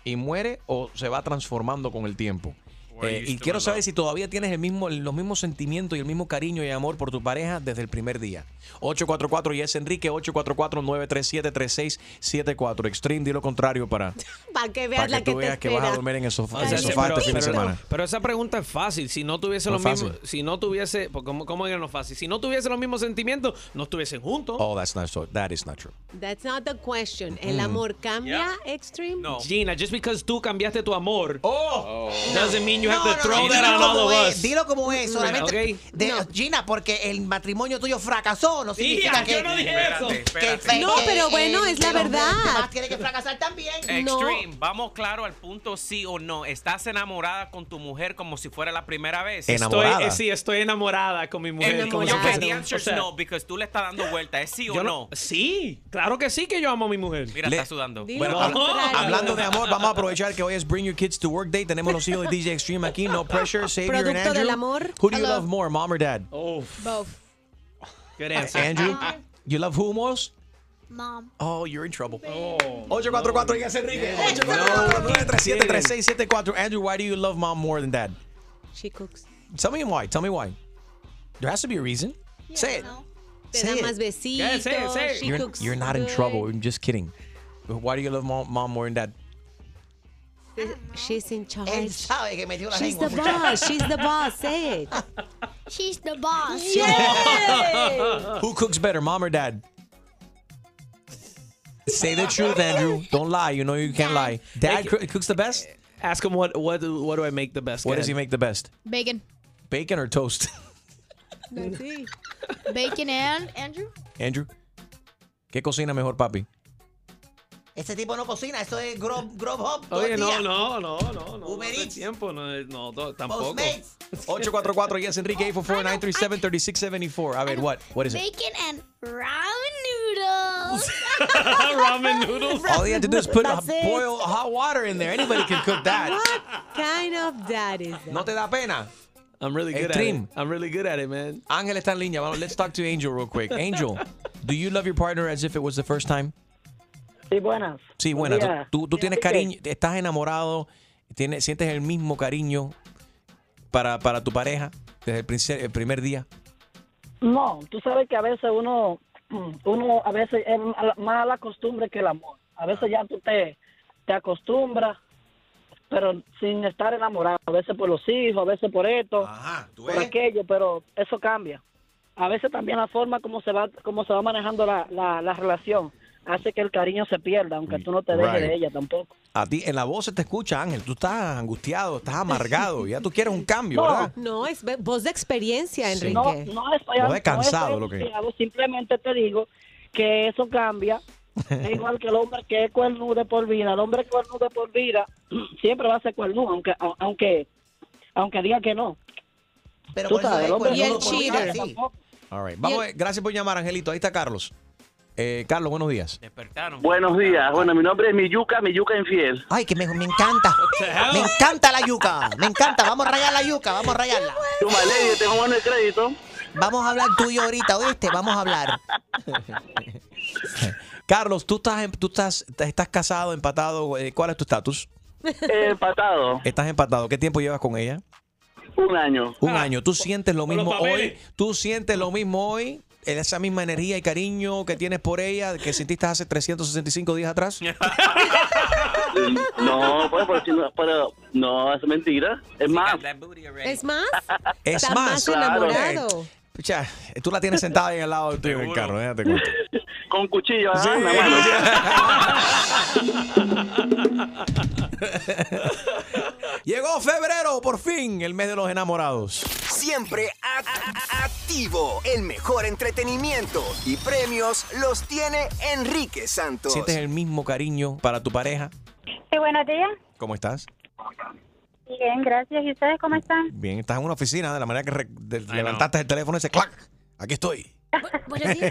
Speaker 1: y muere o se va transformando con el tiempo?
Speaker 9: Or
Speaker 1: Eh,
Speaker 9: you
Speaker 1: y
Speaker 9: still
Speaker 1: quiero
Speaker 9: in
Speaker 1: saber si todavía tienes el mismo, los mismos sentimientos y el mismo cariño y amor por tu pareja desde el primer día. 844 y es Enrique, 844-937-3674. Extreme, di lo contrario para,
Speaker 3: Para que veas
Speaker 1: para que
Speaker 3: la que
Speaker 1: tú
Speaker 3: te
Speaker 1: veas que vas a dormir en el sofá, en el
Speaker 5: sí,
Speaker 1: sofá este fin de semana.
Speaker 5: pero esa pregunta es fácil. Si no tuviese
Speaker 1: No
Speaker 5: los
Speaker 1: es
Speaker 5: mismos,
Speaker 1: fácil.
Speaker 5: si no tuviese, pues, ¿cómo, cómo era no fácil? Si no tuviese los mismos sentimientos, no estuviesen juntos.
Speaker 1: Oh, that's not so. That is not true.
Speaker 3: That's not the question. ¿El
Speaker 5: Mm.
Speaker 3: amor cambia, Extreme?
Speaker 5: Gina, just because tú cambiaste tu amor, doesn't mean you have
Speaker 6: No,
Speaker 5: to
Speaker 6: no,
Speaker 5: throw
Speaker 6: no,
Speaker 5: that
Speaker 6: dilo
Speaker 5: on all
Speaker 6: como
Speaker 5: of
Speaker 6: es,
Speaker 5: us.
Speaker 6: Dilo como es,
Speaker 3: Mm,
Speaker 6: solamente.
Speaker 5: Ok.
Speaker 6: de- Gina, porque el matrimonio tuyo fracasó, no significa
Speaker 5: Ya,
Speaker 6: que.
Speaker 5: yo no dije eso.
Speaker 6: que-
Speaker 3: No,
Speaker 6: que-
Speaker 3: pero
Speaker 6: que-
Speaker 3: bueno, es la
Speaker 6: que los
Speaker 3: verdad.
Speaker 6: demás tienen que fracasar también.
Speaker 9: Extreme, vamos claro al punto sí o no. ¿Estás enamorada con tu mujer como si fuera la primera vez?
Speaker 5: Estoy, eh, sí, estoy enamorada con mi mujer. como
Speaker 9: yo
Speaker 5: si
Speaker 9: que
Speaker 5: fuese-
Speaker 9: the answer
Speaker 5: o sea,
Speaker 9: is no, because tú le estás dando vuelta. ¿Es sí o
Speaker 5: yo
Speaker 9: no?
Speaker 5: Sí, claro que sí que yo amo a mi mujer.
Speaker 9: Mira, está sudando.
Speaker 1: Bueno, habla- hablando de amor, vamos a aprovechar que hoy es Bring Your Kids to Work Day. Tenemos los hijos de DJ Extreme aquí. No pressure, Savior and
Speaker 3: Producto
Speaker 1: Andrew.
Speaker 3: del amor.
Speaker 1: Who do you
Speaker 3: Hello.
Speaker 1: love more, mom or dad?
Speaker 5: Oh,
Speaker 4: Both.
Speaker 5: good
Speaker 1: answer. Andrew, you love who most?
Speaker 4: Mom.
Speaker 1: Oh, you're in trouble. Oh, 844 Díaz Enrique. 844-937-3674. Andrew, why do you love mom more than dad?
Speaker 3: She cooks.
Speaker 1: Tell me why. Tell me why. There has to be a reason. Say it.
Speaker 3: Te
Speaker 1: Say
Speaker 3: da
Speaker 1: it.
Speaker 3: más besitos. She
Speaker 1: You're,
Speaker 3: cooks
Speaker 1: you're not in
Speaker 3: good.
Speaker 1: trouble. I'm just kidding. Why do you love mom, mom more than dad?
Speaker 3: She's in charge.
Speaker 6: Él sabe que metió la
Speaker 3: She's
Speaker 6: lengua,
Speaker 3: the
Speaker 6: muchacho.
Speaker 3: boss. Ah, She's the boss. eh. Say it.
Speaker 4: She's the boss.
Speaker 1: Who cooks better, mom or dad? Say the truth, Andrew. Don't lie. You know you can't lie. Dad coo- cooks the best.
Speaker 5: Ask him what what what do I make the best?
Speaker 1: What
Speaker 5: Go
Speaker 1: does he
Speaker 5: ahead.
Speaker 1: make the best?
Speaker 4: Bacon.
Speaker 1: Bacon or toast?
Speaker 4: Bacon and Andrew.
Speaker 1: Andrew, ¿qué cocina mejor, papi?
Speaker 6: Ese tipo no cocina, eso es Grub- Grubhub. todo
Speaker 5: Oye,
Speaker 6: el
Speaker 5: no,
Speaker 6: día.
Speaker 5: no, no, no, no. Uber Eats. Tiempo, no, eh, no, to- tampoco.
Speaker 1: 844 yes Enrique 844-937-3674. A ver, what? What is it?
Speaker 26: Bacon and ramen noodles.
Speaker 5: Ramen noodles.
Speaker 1: All you have to do is put uh,
Speaker 3: That's it.
Speaker 1: boil hot water in there. Anybody can cook that.
Speaker 3: What kind of that is that?
Speaker 1: No te da pena.
Speaker 5: I'm really good at
Speaker 1: Trim.
Speaker 5: it. I'm really good at it, man.
Speaker 1: Ángel está en línea. Vamos, Let's talk to Angel real quick. Angel, do you love your partner as if it was the first time?
Speaker 11: Sí, buenas.
Speaker 1: Sí,
Speaker 11: Buen
Speaker 1: bueno,
Speaker 11: día.
Speaker 1: tú, tú, tú tienes
Speaker 11: Enrique.
Speaker 1: cariño, estás enamorado, tienes, sientes el mismo cariño para, para tu pareja desde el, prince- el primer día.
Speaker 11: No, tú sabes que a veces uno, uno a veces es mala- más la costumbre que el amor. A veces ya tú te, te acostumbras, pero sin estar enamorado. A veces por los hijos, a veces por esto, por aquello, pero eso cambia. A veces también la forma como se va, como se va manejando la, la, la relación hace que el cariño se pierda, aunque tú no te dejes
Speaker 1: Right.
Speaker 11: de ella tampoco.
Speaker 1: A ti en la voz se te escucha, Ángel. Tú estás angustiado, estás amargado. Ya tú quieres un cambio, ¿verdad?
Speaker 3: No, es ve- voz de experiencia, Enrique.
Speaker 11: No, no estoy,
Speaker 1: Lo
Speaker 11: no
Speaker 1: he
Speaker 11: estoy
Speaker 1: cansado, lo que-
Speaker 11: angustiado, Simplemente te digo que eso cambia. Es igual que el hombre que es cuernudo de por vida. El hombre cuernudo de por vida siempre va a ser cuernudo, aunque aunque aunque diga que no.
Speaker 6: Pero
Speaker 11: Tú
Speaker 6: por eso
Speaker 11: sabes,
Speaker 6: es
Speaker 11: el hombre
Speaker 6: cuernudo
Speaker 11: no
Speaker 6: por
Speaker 11: lo
Speaker 6: vida,
Speaker 11: conoce
Speaker 6: sí.
Speaker 11: tampoco.
Speaker 1: All right. Vamos, a ver. gracias por llamar, Angelito. Ahí está Carlos. Eh, Carlos, buenos días.
Speaker 21: Buenos días. Bueno, mi nombre es Miyuca, Miyuca Infiel.
Speaker 6: Ay, que me, me encanta. Me encanta la yuca. Me encanta. Vamos a rayar la yuca. Vamos a rayarla.
Speaker 21: yo tengo bueno el crédito.
Speaker 6: Vamos a hablar tú y yo ahorita, ¿oíste? Vamos a hablar.
Speaker 1: Carlos, tú estás, en- tú estás, estás casado, empatado. eh, ¿Cuál es tu estatus?
Speaker 21: Eh, empatado.
Speaker 1: Estás empatado. ¿Qué tiempo llevas con ella?
Speaker 21: Un año.
Speaker 1: Un año. ¿Tú sientes lo
Speaker 21: Ah, con los
Speaker 1: mismo hoy?
Speaker 21: papeles.
Speaker 1: ¿Tú sientes lo mismo hoy? Eh, Esa misma energía y cariño que tienes por ella, que sentiste hace 365 días atrás.
Speaker 21: No, pues, por si no, pero no, es mentira. Es más.
Speaker 3: ¿Es más?
Speaker 1: Es
Speaker 3: Está
Speaker 1: más, claro.
Speaker 3: enamorado.
Speaker 1: Pucha, tú la tienes sentada ahí al lado del tuyo en el carro, déjate cuenta.
Speaker 21: Con cuchillo,
Speaker 24: ¿eh?
Speaker 21: ¿ah?
Speaker 1: Sí.
Speaker 21: En la mano.
Speaker 1: Llegó febrero, por fin, el mes de los enamorados.
Speaker 14: Siempre act- act- activo. El mejor entretenimiento y premios los tiene Enrique Santos.
Speaker 1: ¿Sientes el mismo cariño para tu pareja?
Speaker 23: Sí, buenos días.
Speaker 1: ¿Cómo estás?
Speaker 23: Bien, gracias. ¿Y ustedes cómo están?
Speaker 1: Bien, estás en una oficina, de la manera que re- de- levantaste el teléfono y dices, ¡clac! Aquí estoy.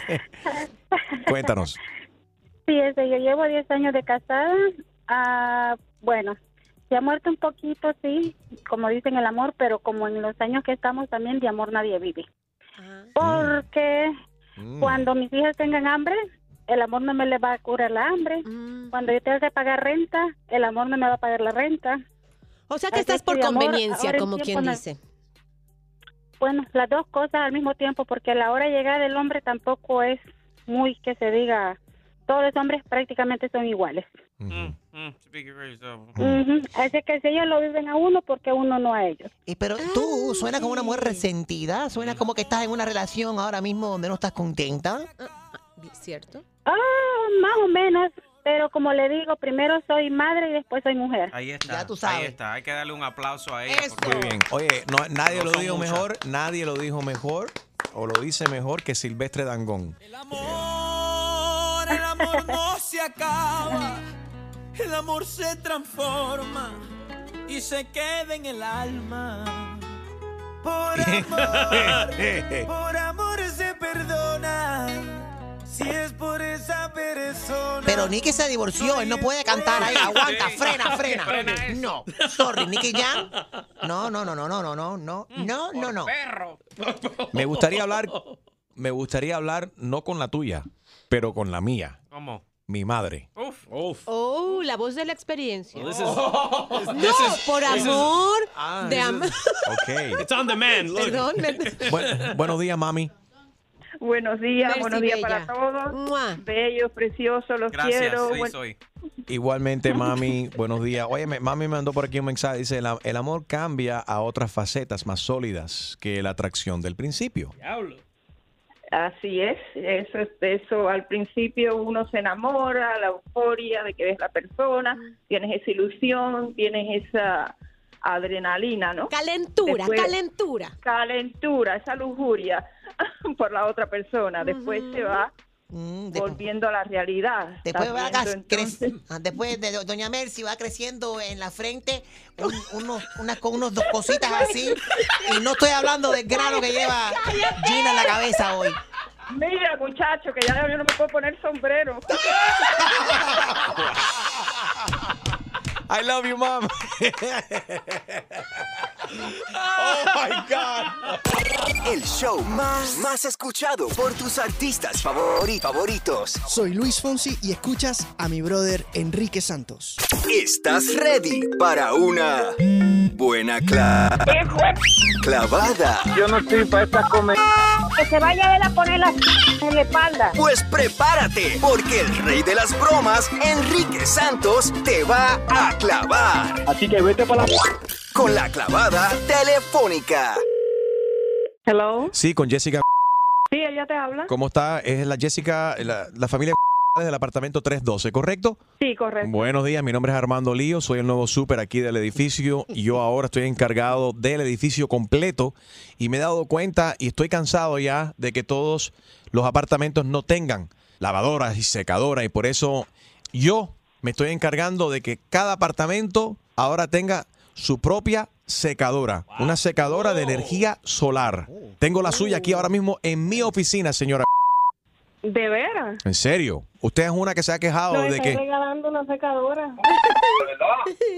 Speaker 1: Cuéntanos.
Speaker 23: Sí, desde yo llevo 10 años de casada. Ah, bueno, se ha muerto un poquito, sí, como dicen el amor, pero como en los años que estamos también de amor nadie vive.
Speaker 3: Ah.
Speaker 23: Porque cuando mis hijas tengan hambre, el amor no me le va a curar la hambre.
Speaker 3: Mm.
Speaker 23: Cuando yo tenga que pagar renta, el amor no me va a pagar la renta.
Speaker 3: O sea que estás por conveniencia, como quien dice.
Speaker 23: Bueno, las dos cosas al mismo tiempo, porque la hora de llegar del hombre tampoco es muy que se diga. Todos los hombres prácticamente son iguales. Ujú, Así que si ellos lo viven a uno, porque uno no a ellos. Ah,
Speaker 6: Y pero tú suena como una mujer resentida, suena como que estás en una relación ahora mismo donde no estás contenta.
Speaker 3: ¿Cierto?
Speaker 23: Ah, más o menos. Pero como le digo, primero soy madre y después soy mujer.
Speaker 9: Ahí está.
Speaker 23: tú
Speaker 9: Ahí
Speaker 23: sabes.
Speaker 9: está. Hay que darle un aplauso a ella.
Speaker 1: Muy bien. Oye, no- nadie
Speaker 9: No
Speaker 1: lo
Speaker 9: son
Speaker 1: dijo
Speaker 9: muchas.
Speaker 1: mejor, nadie lo dijo mejor o lo dice mejor que Silvestre Dangón.
Speaker 12: El amor no se acaba, el amor se transforma y se queda en el alma. Por amor, por amor se perdona, si es por esa persona.
Speaker 6: Pero Nicky se divorció, él no puede cantar ahí. Aguanta, frena, frena. No, sorry, Nicky Jam. No, no, no, no, no, no, no, no, no, no, no.
Speaker 1: Me gustaría hablar, me gustaría hablar no con la tuya, pero con la mía,
Speaker 9: ¿Cómo?
Speaker 1: mi madre.
Speaker 9: Uf.
Speaker 3: Oh, la voz de la experiencia.
Speaker 9: this
Speaker 3: no,
Speaker 9: this is-
Speaker 3: por
Speaker 9: this is-
Speaker 3: amor.
Speaker 9: Ah,
Speaker 3: de
Speaker 9: this
Speaker 3: am-
Speaker 1: Ok.
Speaker 5: It's on demand. Look.
Speaker 3: Perdón. me-
Speaker 1: Bueno, buenos días, mami.
Speaker 13: Buenos días,
Speaker 3: Merci,
Speaker 13: buenos días
Speaker 3: bella.
Speaker 13: para todos. Bellos, preciosos, los quiero. Buen-
Speaker 1: Igualmente, mami, buenos días. Oye, me- mami me mandó por aquí un mensaje. Dice, "El am- el amor cambia a otras facetas más sólidas que la atracción del principio.
Speaker 13: Así es, eso es eso. Al principio uno se enamora, la euforia de que ves la persona,
Speaker 3: Mm.
Speaker 13: tienes esa ilusión, tienes esa adrenalina, ¿no?
Speaker 3: Calentura,
Speaker 13: calentura. Calentura, esa lujuria por la otra persona. Después se va volviendo a la realidad.
Speaker 6: Mm, Después, va
Speaker 13: Está
Speaker 6: a
Speaker 13: viendo,
Speaker 6: cre- ah, después de do- Doña Mercy va creciendo en la frente un- unos, unas co- unos dos cositas así. Y no estoy hablando del grano que lleva Gina en la cabeza hoy.
Speaker 13: Mira, muchacho, que ya yo no me puedo poner sombrero.
Speaker 1: I love you, mom.
Speaker 14: Oh my God. El show más, más escuchado por tus artistas favori- favoritos.
Speaker 9: Soy Luis Fonsi y escuchas a mi brother Enrique Santos.
Speaker 14: ¿Estás ready para una buena cla- clavada? Yo no estoy para esta comer.
Speaker 12: Que se vaya él a poner la en la espalda.
Speaker 14: Pues prepárate, porque el rey de las bromas, Enrique Santos, te va a clavar. Así que vete para la... Con la clavada telefónica.
Speaker 13: Hello.
Speaker 1: Sí, con Jessica.
Speaker 13: Sí, ella te habla.
Speaker 1: ¿Cómo está? Es la Jessica, la, la familia del apartamento 312, ¿correcto?
Speaker 13: Sí, correcto.
Speaker 1: Buenos días, mi nombre es Armando Lío, soy el nuevo súper aquí del edificio. y Yo ahora estoy encargado del edificio completo y me he dado cuenta y estoy cansado ya de que todos los apartamentos no tengan lavadoras y secadoras y por eso yo me estoy encargando de que cada apartamento ahora tenga su propia secadora, una secadora de energía solar. Tengo la suya aquí ahora mismo en mi oficina, señora.
Speaker 13: ¿De veras?
Speaker 1: ¿En serio? Usted es una que se ha quejado
Speaker 13: No,
Speaker 1: de
Speaker 13: está
Speaker 1: que...
Speaker 13: regalando una secadora.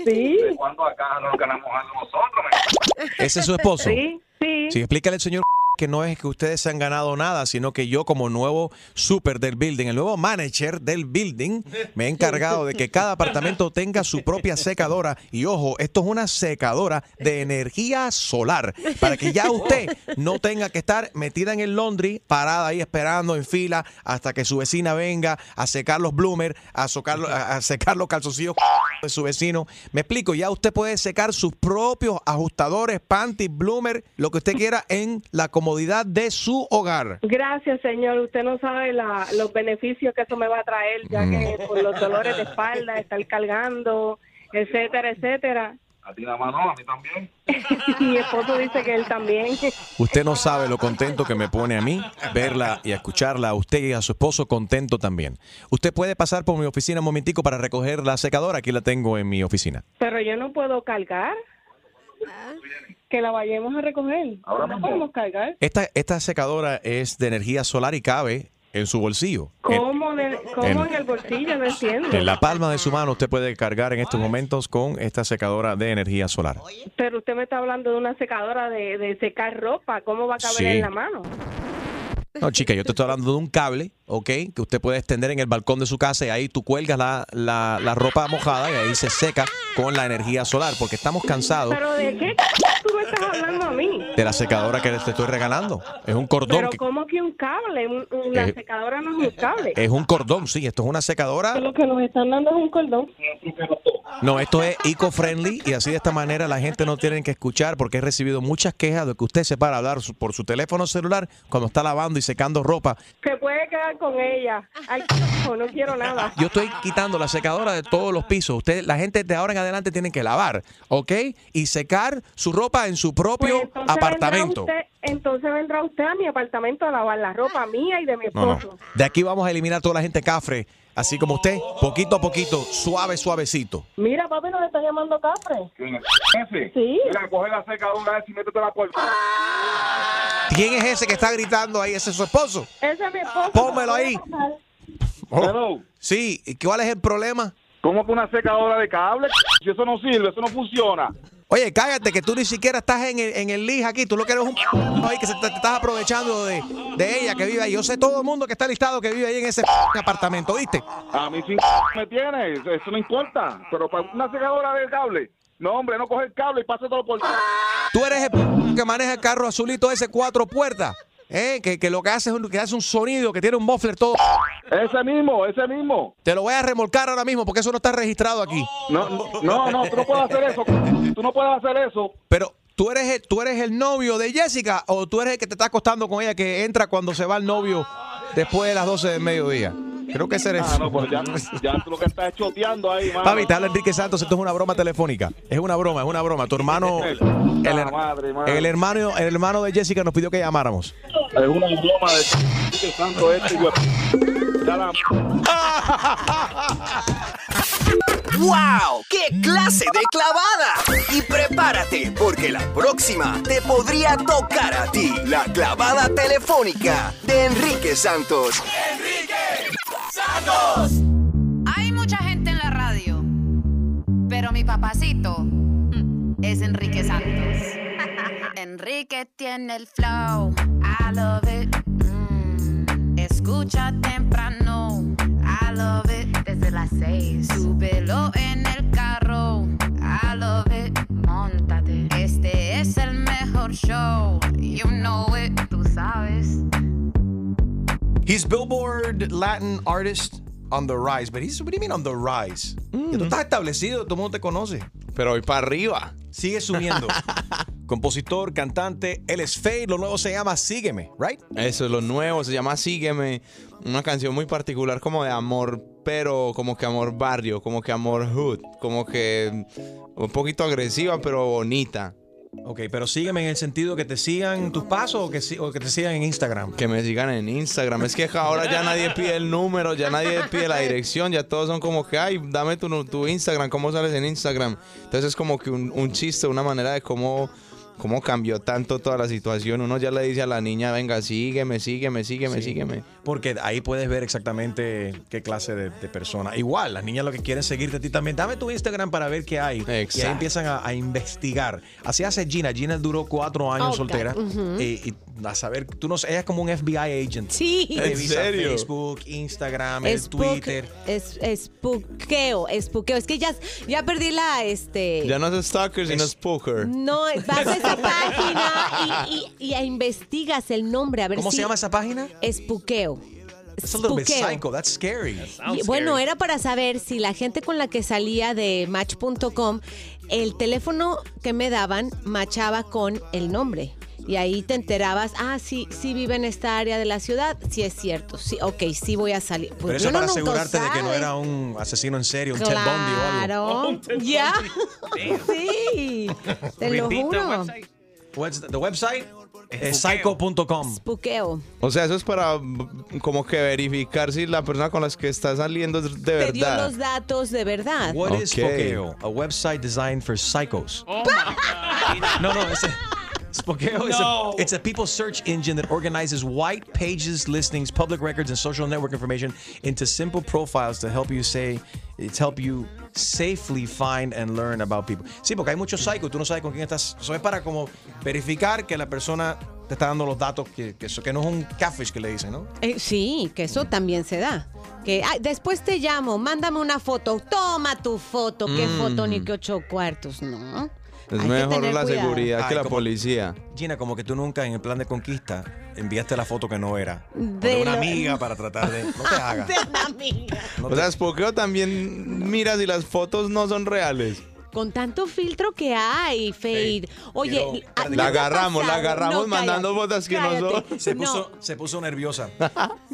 Speaker 24: Sí. ¿De cuándo acá nos ganamos algo nosotros?
Speaker 1: ¿Ese es su esposo?
Speaker 13: Sí, sí.
Speaker 1: Sí, explícale al señor que no es que ustedes se han ganado nada, sino que yo como nuevo super del building, el nuevo manager del building, me he encargado de que cada apartamento tenga su propia secadora. Y ojo, esto es una secadora de energía solar, para que ya usted no tenga que estar metida en el laundry, parada ahí esperando en fila hasta que su vecina venga a secar los bloomers, a, socar- a a secar los calzoncillos de su vecino. Me explico, ya usted puede secar sus propios ajustadores, panties, bloomer, lo que usted quiera en la comodidad de su hogar.
Speaker 13: Gracias, señor. Usted no sabe la- los beneficios que eso me va a traer, ya
Speaker 1: Mm.
Speaker 13: que por los dolores de espalda, estar cargando, etcétera, etcétera.
Speaker 24: A ti nada más no, a mí también.
Speaker 13: Mi esposo dice que él también.
Speaker 1: Usted no sabe lo contento que me pone a mí verla y escucharla a usted y a su esposo contento también. Usted puede pasar por mi oficina un momentico para recoger la secadora, aquí la tengo en mi oficina.
Speaker 13: Pero yo no puedo cargar. Que la vayamos a recoger.
Speaker 1: Ahora
Speaker 13: no
Speaker 1: mismo.
Speaker 13: podemos cargar.
Speaker 1: Esta, esta secadora es de energía solar y cabe en su bolsillo. En-
Speaker 13: ¿Cómo, de- cómo en, el bolsillo? No entiendo.
Speaker 1: En la palma de su mano usted puede cargar en estos momentos con esta secadora de energía solar.
Speaker 13: Pero usted me está hablando de una secadora de, de secar ropa. ¿Cómo va a caber
Speaker 1: Sí.
Speaker 13: en la mano?
Speaker 1: No, chica, yo te estoy hablando de un cable, ¿ok? Que usted puede extender en el balcón de su casa y ahí tú cuelgas la, la- la ropa mojada y ahí se seca con la energía solar, porque estamos cansados
Speaker 13: ¿Pero de qué tú me estás hablando a mí?
Speaker 1: de la secadora que te estoy regalando. Es un cordón,
Speaker 13: Pero
Speaker 1: que-
Speaker 13: ¿cómo que un cable? Un- un- la
Speaker 1: Eh.
Speaker 13: secadora no es un cable.
Speaker 1: es un cordón, sí, esto es una secadora.
Speaker 13: Lo que nos están dando es un cordón.
Speaker 1: No, esto es eco-friendly y así de esta manera la gente no tiene que escuchar porque he recibido muchas quejas de que usted se para a hablar su- por su teléfono celular cuando está lavando y secando ropa.
Speaker 13: Se puede quedar con ella. Ay, hijo, no quiero nada.
Speaker 1: Yo estoy quitando la secadora de todos los pisos. Usted, la gente de ahora en adelante tiene que lavar, ¿ok? Y secar su ropa en su propio
Speaker 13: Pues, Entonces
Speaker 1: apartamento.
Speaker 13: Vendrá usted, entonces vendrá usted a mi apartamento a lavar la ropa mía y de mi
Speaker 1: No,
Speaker 13: esposo.
Speaker 1: no. De aquí vamos a eliminar toda la gente cafre, así como usted, poquito a poquito, suave, suavecito.
Speaker 13: Mira, papi, nos está llamando Cafre.
Speaker 24: Jefe,
Speaker 13: Sí.
Speaker 24: mira, coge la secadora esa y métetela por...
Speaker 1: ¿Quién es ese que está gritando ahí? ¿Ese es su esposo?
Speaker 13: Ese es mi esposo.
Speaker 1: Pónmelo ahí. Oh. Sí, ¿y ¿cuál es el problema?
Speaker 24: ¿Cómo que una secadora de cable? Si eso no sirve, eso no funciona.
Speaker 1: Oye, cállate, que tú ni siquiera estás en el, en el lig aquí. Tú lo que eres un... Ay, que se te, te estás aprovechando de, de ella que vive ahí. Yo sé todo el mundo que está listado que vive ahí en ese apartamento, ¿viste?
Speaker 24: A mí sí me tienes, eso no importa. Pero para una secadora de cable, no, hombre, no coge el cable y pase todo por...
Speaker 1: Tú eres el que maneja el carro azulito ese cuatro puertas. ¿eh? Que, que lo que hace es un- que hace un sonido, que tiene un muffler todo.
Speaker 24: Ese mismo, ese mismo.
Speaker 1: Te lo voy a remolcar ahora mismo porque eso no está registrado aquí.
Speaker 24: No, no, no, no, tú no puedes hacer eso. Tú no puedes hacer eso.
Speaker 1: Pero tú eres el, tú eres el novio de Jessica o tú eres el que te está acostando con ella que entra cuando se va el novio después de las 12 del mediodía. Creo que ese eres.
Speaker 24: Ah, no, pues ya, ya tú lo que estás choteando ahí, mano.
Speaker 1: Papi, te habla Enrique Santos, esto es una broma telefónica. Es una broma, es una broma. Tu hermano, el, her-
Speaker 24: madre, madre.
Speaker 1: el hermano, el hermano de Jessica nos pidió que llamáramos.
Speaker 24: Es una broma de santo este, güey. Ya la-
Speaker 14: ¡Wow! ¡Qué clase de clavada! Y prepárate, porque la próxima te podría tocar a ti la clavada telefónica de Enrique Santos.
Speaker 8: ¡Enrique Santos! Hay mucha gente en la radio, pero mi papacito mm, es Enrique Santos. Enrique tiene el flow, I love it. Mm, Escucha temprano, I love it. Desde las seis, súbelo en el carro, I love it. Montate, este es el mejor show, you know it, tú sabes.
Speaker 1: He's Billboard Latin artist on the rise, but he's what do you mean on the rise? Que tú estás establecido, todo el mundo te conoce.
Speaker 16: Pero hoy para arriba.
Speaker 1: Sigue subiendo. Compositor, cantante, él es Fade, lo nuevo se llama Sígueme, right?
Speaker 10: Eso es lo nuevo, se llama Sígueme. Una canción muy particular como de amor, pero como que amor barrio, como que amor hood, como que un poquito agresiva, pero bonita.
Speaker 1: Ok, pero sígueme en el sentido que te sigan tus pasos o que, si- o que te sigan en Instagram.
Speaker 10: Que me sigan en Instagram. Es que ahora ya nadie pide el número, ya nadie pide la dirección, ya todos son como que, ay, dame tu, nu- tu Instagram, ¿cómo sales en Instagram? Entonces es como que un, un chiste, una manera de cómo, cómo cambió tanto toda la situación. Uno ya le dice a la niña, venga, sígueme, sígueme, sígueme,
Speaker 1: Sí.
Speaker 10: sígueme.
Speaker 1: Porque ahí puedes ver exactamente qué clase de, de persona. Igual, las niñas lo que quieren es seguirte a ti también. Dame tu Instagram para ver qué hay. Y ahí
Speaker 10: Exacto.
Speaker 1: empiezan a, a investigar. Así hace Gina. Gina duró cuatro años
Speaker 3: Ok,
Speaker 1: soltera.
Speaker 3: Oh, ujú.
Speaker 1: y, y a saber, tú no sé, ella es como un FBI agent.
Speaker 3: Sí.
Speaker 1: Te
Speaker 3: ¿En
Speaker 1: revisa
Speaker 10: serio?
Speaker 1: Facebook, Instagram, el
Speaker 3: Spook-
Speaker 1: Twitter.
Speaker 3: Es espuqueo, espuqueo. Es que ya, ya perdí la este.
Speaker 10: Ya no es stalker, sino es poker.
Speaker 3: No, vas a esa página y, y- y investigas el nombre. A ver
Speaker 10: ¿Cómo se llama esa
Speaker 1: página?
Speaker 3: Espuqueo.
Speaker 1: It's a little bit
Speaker 3: Spookeo.
Speaker 1: psycho. That's scary.
Speaker 3: Y, bueno, era para saber si la gente con la que salía de match.com, el teléfono que me daban machaba con el nombre. Y ahí te enterabas, ah, sí, sí vive en esta área de la ciudad, sí es cierto, sí, ok, sí voy a salir. Pues
Speaker 1: Pero eso
Speaker 3: uno
Speaker 1: para
Speaker 3: nunca
Speaker 1: asegurarte de que no
Speaker 3: sabe.
Speaker 1: era un asesino en serio, un Ted Bundy o algo.
Speaker 3: Claro, ya. Sí, te lo
Speaker 1: Repita,
Speaker 3: juro.
Speaker 1: What's the, the website? Es psycho.com.
Speaker 3: Puqueo.
Speaker 10: O sea, eso es para mm, como que verificar si la persona con la que está saliendo es de
Speaker 3: Te dio
Speaker 10: verdad.
Speaker 3: los datos de verdad.
Speaker 1: What is
Speaker 10: Ok.
Speaker 1: Spokeo? A website designed for psychos. No, no, it's a, Spokeo is a,
Speaker 27: No.
Speaker 1: it's a people search engine that organizes white pages, listings, public records, and social network information into simple profiles to help you say, it's help you safely find and learn about people. Sí, porque hay muchos psychos, tú no sabes con quién estás. Eso es para como verificar que la persona te está dando los datos, que, que, eso- que no es un catfish que le dicen, ¿no?
Speaker 3: Eh, sí, que
Speaker 10: Mm.
Speaker 3: eso también se da. Que "Ay, después te llamo, mándame una foto, toma tu foto, qué
Speaker 10: Mm.
Speaker 3: foto ni qué ocho cuartos, ¿no?
Speaker 10: Es
Speaker 3: Hay que
Speaker 10: mejor
Speaker 3: tener
Speaker 10: la
Speaker 3: cuidado.
Speaker 10: seguridad
Speaker 1: Ay,
Speaker 10: que la
Speaker 1: como-
Speaker 10: policía.
Speaker 1: Gina, como que tú nunca en el plan de conquista enviaste la foto que no era. O De,
Speaker 3: De
Speaker 1: una
Speaker 3: lo-
Speaker 1: amiga para tratar de. No te hagas.
Speaker 3: Ah,
Speaker 10: O sea, Spokeo también mira si las fotos no son reales.
Speaker 3: Con tanto filtro que hay, Fade. Oye,
Speaker 10: Pero-
Speaker 3: a- ¿no te
Speaker 10: la
Speaker 3: ha
Speaker 10: agarramos, la
Speaker 3: pasado?
Speaker 10: agarramos
Speaker 3: No,
Speaker 10: mandando
Speaker 3: cállate,
Speaker 10: botas que no son.
Speaker 3: cállate.
Speaker 1: Se
Speaker 3: No.
Speaker 1: puso, se puso nerviosa.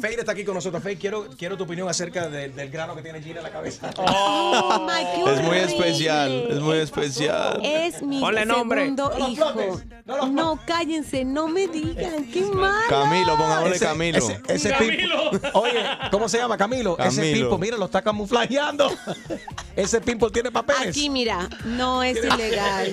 Speaker 1: Faye está aquí con nosotros. Faye, quiero, quiero tu opinión acerca del- del grano que tiene Gina en la cabeza.
Speaker 3: Oh, my, qué
Speaker 10: Es muy
Speaker 3: horrible.
Speaker 10: especial, es muy especial.
Speaker 3: Es mi
Speaker 10: Ponle nombre.
Speaker 3: segundo
Speaker 10: No lo
Speaker 3: hijo.
Speaker 10: explotes,
Speaker 3: No, cállense, no me digan, qué mal.
Speaker 10: Camilo, pongámosle
Speaker 1: Ese-
Speaker 10: Camilo.
Speaker 1: ese- ese Camilo. Oye, ¿cómo se llama? Camilo. Ese
Speaker 10: Camilo.
Speaker 1: pimpo, mira, lo está camuflajeando. Ese pimpo tiene papeles.
Speaker 3: Aquí, mira, no es ilegal.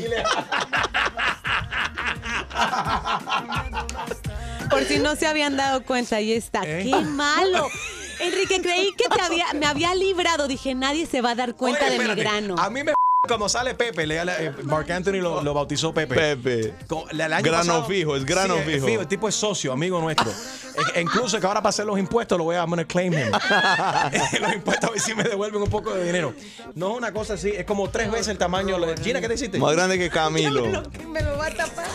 Speaker 3: Por si no se habían dado cuenta, ahí está.
Speaker 1: ¿Eh?
Speaker 3: ¡Qué malo! Enrique, creí que te había, me había librado. Dije, nadie se va a dar cuenta
Speaker 1: Oye,
Speaker 3: de mi
Speaker 1: espérate,
Speaker 3: grano.
Speaker 1: A mí me como sale Pepe, le, le- Mark Anthony lo, lo bautizó Pepe.
Speaker 10: Pepe.
Speaker 1: Co- la- el año
Speaker 10: Grano
Speaker 1: pasado-
Speaker 10: fijo, es grano
Speaker 1: Sí, es
Speaker 10: fijo.
Speaker 1: El tipo es socio, amigo nuestro. E- incluso que ahora para hacer los impuestos lo voy a I'm gonna claim him. los impuestos a ver si me devuelven un poco de dinero. No es una cosa así, es como tres veces el tamaño. Lo- Gina, ¿qué te hiciste?
Speaker 10: Más grande que Camilo.
Speaker 3: Me lo va a tapar.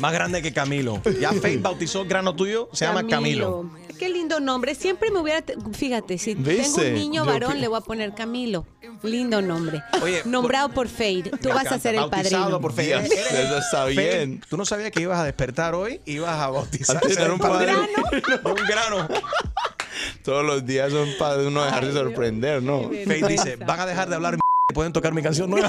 Speaker 1: Más grande que Camilo. Ya Faith bautizó el grano tuyo, se llama Camilo.
Speaker 3: Qué lindo nombre. Siempre me hubiera. te- Fíjate, si tengo
Speaker 1: ¿Viste?
Speaker 3: un niño
Speaker 1: Yo
Speaker 3: varón,
Speaker 1: pi-
Speaker 3: le voy a poner Camilo. Lindo nombre.
Speaker 1: Oye,
Speaker 3: Nombrado por, Fade. Tú
Speaker 1: Me
Speaker 3: vas a
Speaker 1: encanta,
Speaker 3: ser el
Speaker 1: bautizado
Speaker 3: padrino.
Speaker 1: por Faith.
Speaker 10: Dios, eso está
Speaker 1: Faith,
Speaker 10: bien.
Speaker 1: Tú no sabías que ibas a despertar hoy, ibas a bautizar.
Speaker 10: A tener un padre.
Speaker 1: un grano.
Speaker 10: Todos los días son para uno dejarse sorprender, ¿no?
Speaker 1: Faith dice, van a dejar de hablar m- pueden tocar mi canción nueva.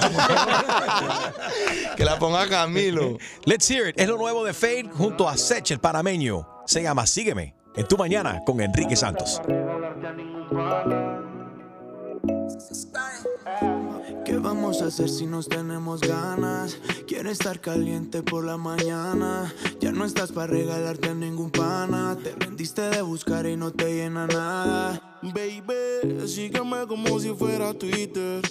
Speaker 10: que la ponga Camilo.
Speaker 1: Let's hear it. Es lo nuevo de Fade junto a Sech, el panameño.
Speaker 13: se llama Sígueme en tu mañana con Enrique Santos.
Speaker 15: ¿Qué vamos a hacer si nos tenemos ganas? Quiero estar caliente por la mañana. Ya no estás para regalarte a ningún pana. Te rendiste de buscar y no te llena nada.
Speaker 18: Baby, sígueme como si fuera Twitter.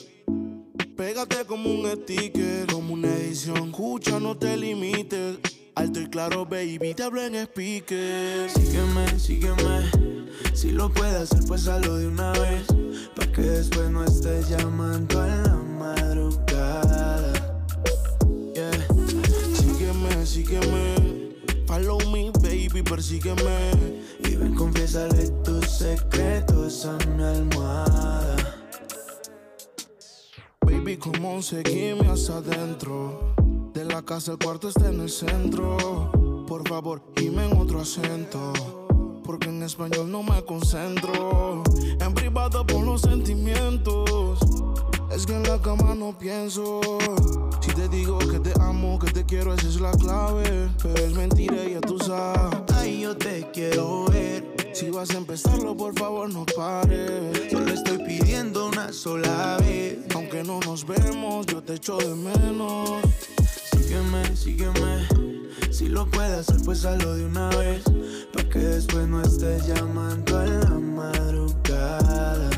Speaker 18: Pégate como un sticker, como una edición. Escucha, no te limites. Alto y claro, baby, te hablo en speaker.
Speaker 15: Sígueme, sígueme. Si lo puedes hacer, pues hazlo de una vez. Pa' que después no estés llamando a la madrugada.
Speaker 18: Yeah. Sígueme, sígueme. Follow me, baby, persígueme.
Speaker 15: Y ven, confiésale tus secretos a mi almohada.
Speaker 18: Baby, como seguime hasta adentro. De la casa el cuarto está en el centro. Por favor, dime en otro acento. Porque en español no me concentro. En privado por los sentimientos. Es que en la cama no pienso. Si te digo que te amo, que te quiero, esa es la clave. Pero es mentira, ya tú sabes. Ay, yo te quiero ver. Si vas a empezarlo, por favor, no pares. Solo estoy pidiendo una sola vez. Aunque no nos vemos, yo te echo de menos.
Speaker 15: Sígueme, sígueme. Si lo puedes hacer, pues hazlo de una vez. Pa' que después no estés llamando a la madrugada.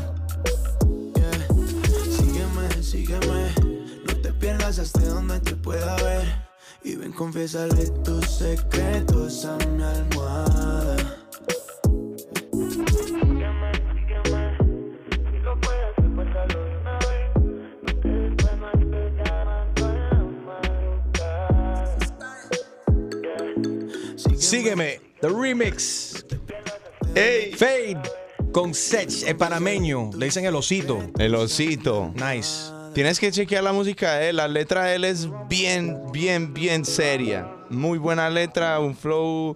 Speaker 15: Yeah. Sígueme, sígueme. No te pierdas hasta donde te pueda ver. Y ven, confiésale tus secretos a mi almohada.
Speaker 1: Sígueme, The Remix. Fade con Sech, el panameño. Le dicen el osito.
Speaker 10: El osito.
Speaker 1: Nice.
Speaker 10: Tienes que chequear la música eh, de él. La letra de él es bien, bien, bien seria. Muy buena letra, un flow.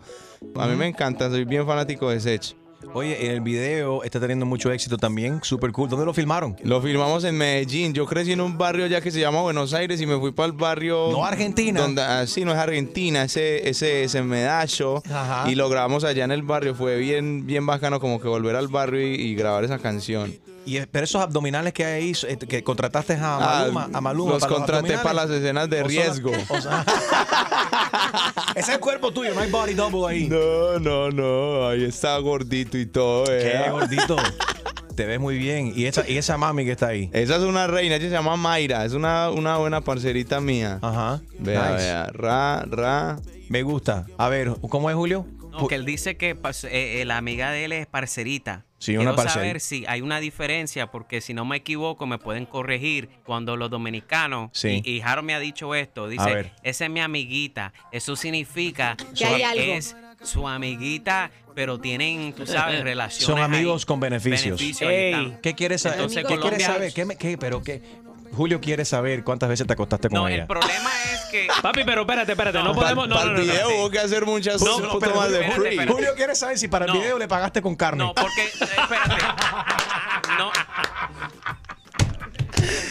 Speaker 10: A mí me encanta, soy bien fanático de Sech.
Speaker 1: Oye, el video está teniendo mucho éxito también. Super cool. ¿Dónde lo filmaron?
Speaker 10: Lo filmamos en Medellín. Yo crecí en un barrio ya que se llama Buenos Aires y me fui para el barrio.
Speaker 1: No, Argentina.
Speaker 10: Donde, ah, sí, no es Argentina, ese, ese, ese medallo.
Speaker 1: Ajá.
Speaker 10: Y lo grabamos allá en el barrio. Fue bien, bien bacano como que volver al barrio y, y grabar esa canción.
Speaker 1: Y, eh, pero esos abdominales que hay ahí, eh, que contrataste a Maluma,
Speaker 10: Ah,
Speaker 1: a Maluma
Speaker 10: los
Speaker 1: para
Speaker 10: contraté
Speaker 1: abdominales.
Speaker 10: para las escenas de
Speaker 1: O son-
Speaker 10: riesgo.
Speaker 1: o son- Ese es el cuerpo tuyo, no hay body double ahí.
Speaker 10: No, no, no. Ahí está gordito y todo.
Speaker 1: Qué
Speaker 10: eh.
Speaker 1: gordito. Te ves muy bien. Y esa, y esa mami que está ahí.
Speaker 10: Esa es una reina, ella se llama Mayra, es una, una buena parcerita mía.
Speaker 1: Ajá.
Speaker 10: Vea,
Speaker 1: Nice.
Speaker 10: vea, ra, ra.
Speaker 1: Me gusta. A ver, ¿cómo es Julio?
Speaker 9: No, que él dice que pas- eh, eh, la amiga de él es parcerita.
Speaker 1: Sí, una
Speaker 9: Quiero
Speaker 1: parcerita.
Speaker 9: saber si hay una diferencia, porque si no me equivoco, me pueden corregir cuando los dominicanos.
Speaker 1: Sí.
Speaker 9: Y, y Jaro me ha dicho esto:
Speaker 1: A
Speaker 9: dice,
Speaker 1: ver.
Speaker 9: esa es mi amiguita. Eso significa
Speaker 3: Que hay algo.
Speaker 9: es su amiguita, pero tienen, tú sabes, relaciones.
Speaker 1: Son
Speaker 9: ahí.
Speaker 1: amigos con beneficios.
Speaker 9: Beneficios, ahí
Speaker 1: Ey,
Speaker 9: están.
Speaker 1: ¿Qué quieres saber?
Speaker 9: Entonces,
Speaker 1: ¿Qué quieres
Speaker 9: Colombia-
Speaker 1: saber? ¿Qué me- qué? pero qué? Julio quiere saber cuántas veces te acostaste con ella.
Speaker 9: problema es que.
Speaker 5: Papi, pero espérate, espérate. No,
Speaker 1: No,
Speaker 5: podemos.
Speaker 1: pal-
Speaker 5: No,
Speaker 1: pal
Speaker 5: no, no, no.
Speaker 1: video hubo
Speaker 10: que hacer muchas
Speaker 1: No, no, pero
Speaker 10: tomas de
Speaker 1: Julio-
Speaker 10: free.
Speaker 1: Julio quiere saber si para el video le pagaste con carne.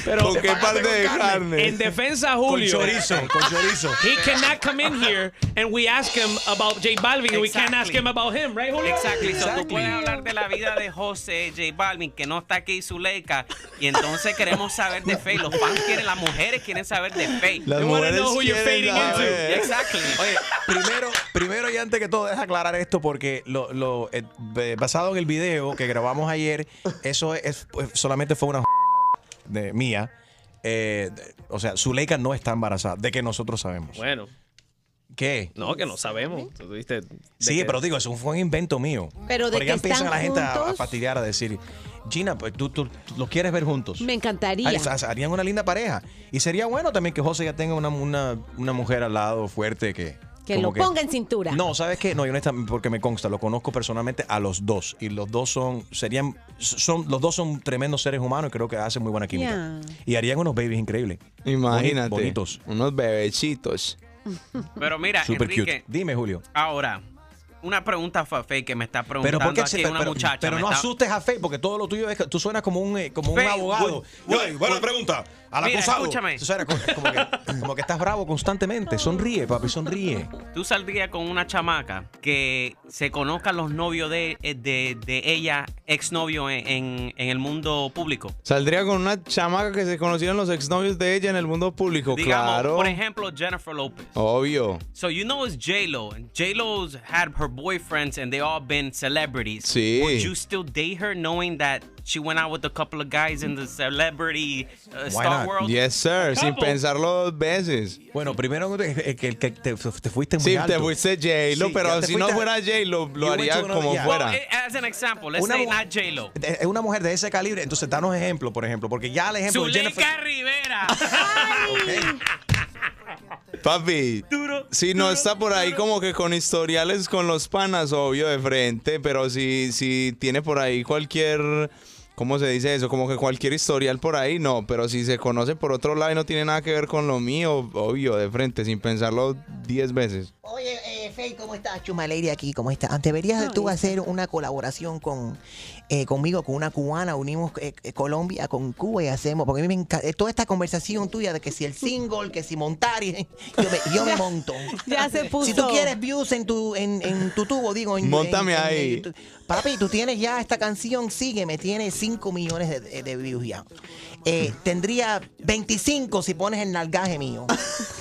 Speaker 5: Pero
Speaker 10: ¿Con qué parte de carne?
Speaker 5: En defensa, Julio.
Speaker 10: Con chorizo,
Speaker 1: con chorizo.
Speaker 5: He cannot come in here and we ask him about J Balvin and we can't ask him about him, right, Julio?
Speaker 9: Exactly. So, tú puedes hablar de la vida de José J Balvin, que no está aquí Zuleika, y entonces queremos saber de Faye. Los fans quieren, las mujeres quieren saber de Faye.
Speaker 1: Las
Speaker 9: They wanna
Speaker 1: mujeres
Speaker 9: know who you're
Speaker 1: quieren
Speaker 9: fading into.
Speaker 1: saber.
Speaker 9: Exactly.
Speaker 1: Oye, primero, primero y antes que todo, deja aclarar esto porque lo, lo, eh, eh, basado en el video que grabamos ayer, eso es, es- solamente fue una de mía. Eh, de- o sea, Zuleika no está embarazada, de que nosotros sabemos.
Speaker 5: Bueno,
Speaker 1: ¿Qué?
Speaker 5: no, que no sabemos. Tú viste de
Speaker 1: Sí,
Speaker 5: que-
Speaker 1: pero digo, eso fue un invento mío.
Speaker 3: Pero de
Speaker 1: Porque
Speaker 3: que
Speaker 1: ya empiezan
Speaker 3: están
Speaker 1: a la gente a- a,
Speaker 3: juntos.
Speaker 1: fastidiar, a decir, Gina, pues tú, tú, tú los quieres ver juntos.
Speaker 3: Me encantaría.
Speaker 1: Ay, sa- Harían una linda pareja. Y sería bueno también que José ya tenga una, una, una mujer al lado fuerte que...
Speaker 3: que
Speaker 1: como
Speaker 3: lo ponga en cintura.
Speaker 1: No, ¿sabes qué? No, yo honestamente, porque me consta, lo conozco personalmente a los dos. Y los dos son, serían, son, los dos son tremendos seres humanos y creo que hacen muy buena química. Y harían unos babies increíbles.
Speaker 10: Imagínate.
Speaker 1: Boni- Bonitos.
Speaker 10: Unos bebechitos.
Speaker 9: Pero mira,
Speaker 1: Super
Speaker 9: Enrique,
Speaker 1: cute. Dime, Julio.
Speaker 9: ahora, una pregunta Fafe que me está preguntando
Speaker 1: Pero ¿por qué
Speaker 9: aquí
Speaker 1: se- pero,
Speaker 9: una
Speaker 1: pero-
Speaker 9: muchacha.
Speaker 1: pero
Speaker 9: me
Speaker 1: no
Speaker 9: está-
Speaker 1: asustes a Faye, porque todo lo tuyo es que tú suenas como un, eh, como un
Speaker 9: Faye,
Speaker 1: abogado.
Speaker 9: would-
Speaker 1: Ey,
Speaker 9: would-
Speaker 1: pregunta.
Speaker 9: Mira,
Speaker 1: acosado.
Speaker 9: escúchame.
Speaker 1: Tú sabes, como, como que, como que estás bravo constantemente. Sonríe, papi, sonríe.
Speaker 9: Tú saldrías con una chamaca que se conozcan los novios de, de, de ella, exnovio en, en, en el mundo público.
Speaker 10: Saldría con una chamaca que se conocieron los exnovios de ella en el mundo público,
Speaker 9: Digamos,
Speaker 10: claro.
Speaker 9: por ejemplo, Jennifer Lopez.
Speaker 10: Obvio.
Speaker 9: So you know it's J Lo. J Lo's had her boyfriends and they all been celebrities.
Speaker 10: Sí.
Speaker 9: Would you still date her knowing that she went out with a couple of guys in the celebrity uh, star world?
Speaker 10: Yes, sir. Sin
Speaker 9: Couple.
Speaker 10: pensarlo dos veces.
Speaker 1: Bueno, primero que, eh, que- que te, te fuiste muy
Speaker 10: Sí,
Speaker 1: alto.
Speaker 10: te fuiste J-Lo,
Speaker 1: Sí, ya
Speaker 10: pero
Speaker 1: te
Speaker 10: si no
Speaker 1: fuiste-
Speaker 10: fuera J-Lo,
Speaker 1: You
Speaker 10: lo
Speaker 1: went
Speaker 10: haría
Speaker 1: to another-
Speaker 10: como
Speaker 1: yeah.
Speaker 10: fuera.
Speaker 9: Eh, As an example, let's
Speaker 1: Una
Speaker 9: say
Speaker 1: mu-
Speaker 9: not J Lo.
Speaker 1: Es Eh, una mujer de ese calibre, entonces danos ejemplo, por ejemplo, porque ya el ejemplo de Jennifer.
Speaker 9: Zuleika Rivera.
Speaker 10: Papi, si no está por ahí como que con historiales con los panas, obvio, de frente, pero si, si tiene por ahí cualquier, ¿cómo se dice eso? Como que cualquier historial por ahí, no, pero si se conoce por otro lado y no tiene nada que ver con lo mío, obvio, de frente, sin pensarlo 10 veces.
Speaker 6: Oye, eh, Fey, ¿cómo estás? Chumaleri aquí, ¿cómo estás? Deberías de tú hacer una colaboración con eh, conmigo, con una cubana. Unimos eh, eh, Colombia con Cuba y hacemos. Porque a mí me encanta. Toda esta conversación tuya de que si el single, que si Montari. Yo me, yo me monto.
Speaker 3: ya se
Speaker 6: Si
Speaker 3: puso.
Speaker 6: tú quieres views en tu, en, en tu tubo, digo. En,
Speaker 10: Móntame
Speaker 6: en- en
Speaker 10: ahí.
Speaker 6: YouTube. Papi, tú tienes ya esta canción, sígueme, tiene 5 millones de, de- de views ya. Eh, tendría 25 si pones el nalgaje mío.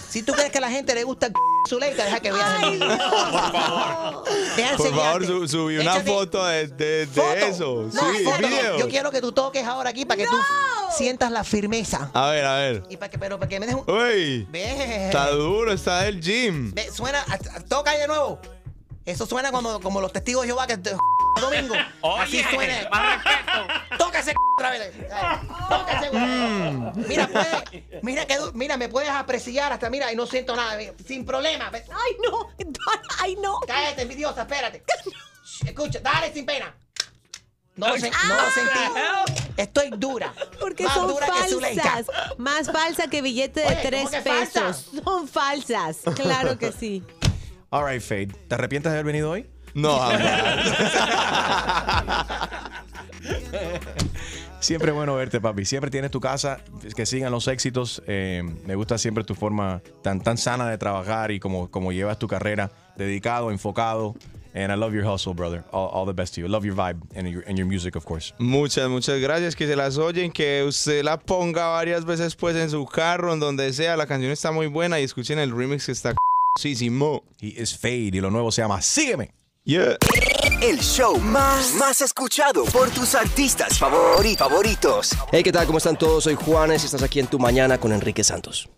Speaker 6: Si tú crees que a la gente le gusta el Zuleika, deja que veas el mío.
Speaker 10: Por favor.
Speaker 6: Deja
Speaker 10: Por favor,
Speaker 6: enseñarte.
Speaker 10: su- subí una
Speaker 6: Échate-
Speaker 10: foto de, de- de eso.
Speaker 6: No,
Speaker 10: sí,
Speaker 6: foto no.
Speaker 10: video.
Speaker 6: Yo quiero que tú toques ahora aquí para que tú sientas la firmeza.
Speaker 10: A ver, a ver.
Speaker 6: Y para que, pero para que me des un.
Speaker 10: Uy,
Speaker 6: Ve.
Speaker 10: está duro, está del gym.
Speaker 6: Ve, suena, a- a- toca ahí de nuevo. Eso suena como, como los testigos de Jehová que te- domingo. Así
Speaker 9: Oye,
Speaker 6: suena.
Speaker 9: más
Speaker 6: Toca ese otra vez. Ay, Toca ese. Mira, puede, mira que du- mira, me puedes apreciar hasta mira y no siento nada, ve, sin problema. ve. Ay, no. Ay, no. Cállate, envidiosa, espérate. Shh, Escucha, dale sin pena. No lo, sen- no lo sentí. Estoy dura.
Speaker 3: Porque
Speaker 6: Más
Speaker 3: son
Speaker 6: dura que Zuleika.
Speaker 3: falsas. Más falsa que billete de
Speaker 6: Oye, ¿cómo
Speaker 3: tres
Speaker 6: que falsa?
Speaker 3: pesos. Son falsas. Claro que sí.
Speaker 1: All right, Faye, ¿te arrepientes de haber venido hoy?
Speaker 10: No,
Speaker 1: Siempre es bueno verte, papi. Siempre tienes tu casa. Que sigan los éxitos. Eh, me gusta siempre tu forma tan, tan sana de trabajar y como, como llevas tu carrera. Dedicado, enfocado. And I love your hustle, brother. All, all the best to you. Love your vibe and your, and your music, of course.
Speaker 10: Muchas, muchas gracias. Que se las oyen, que usted la ponga varias veces pues en su carro, en donde sea. La canción está muy buena y escuchen el remix que está c***ísimo.
Speaker 1: He is Fade y lo nuevo se llama Sígueme.
Speaker 10: Yeah.
Speaker 14: El show más, más escuchado por tus artistas favori- favoritos.
Speaker 25: Hey, ¿qué tal? ¿Cómo están todos? Soy Juanes y estás aquí en Tu Mañana con Enrique Santos.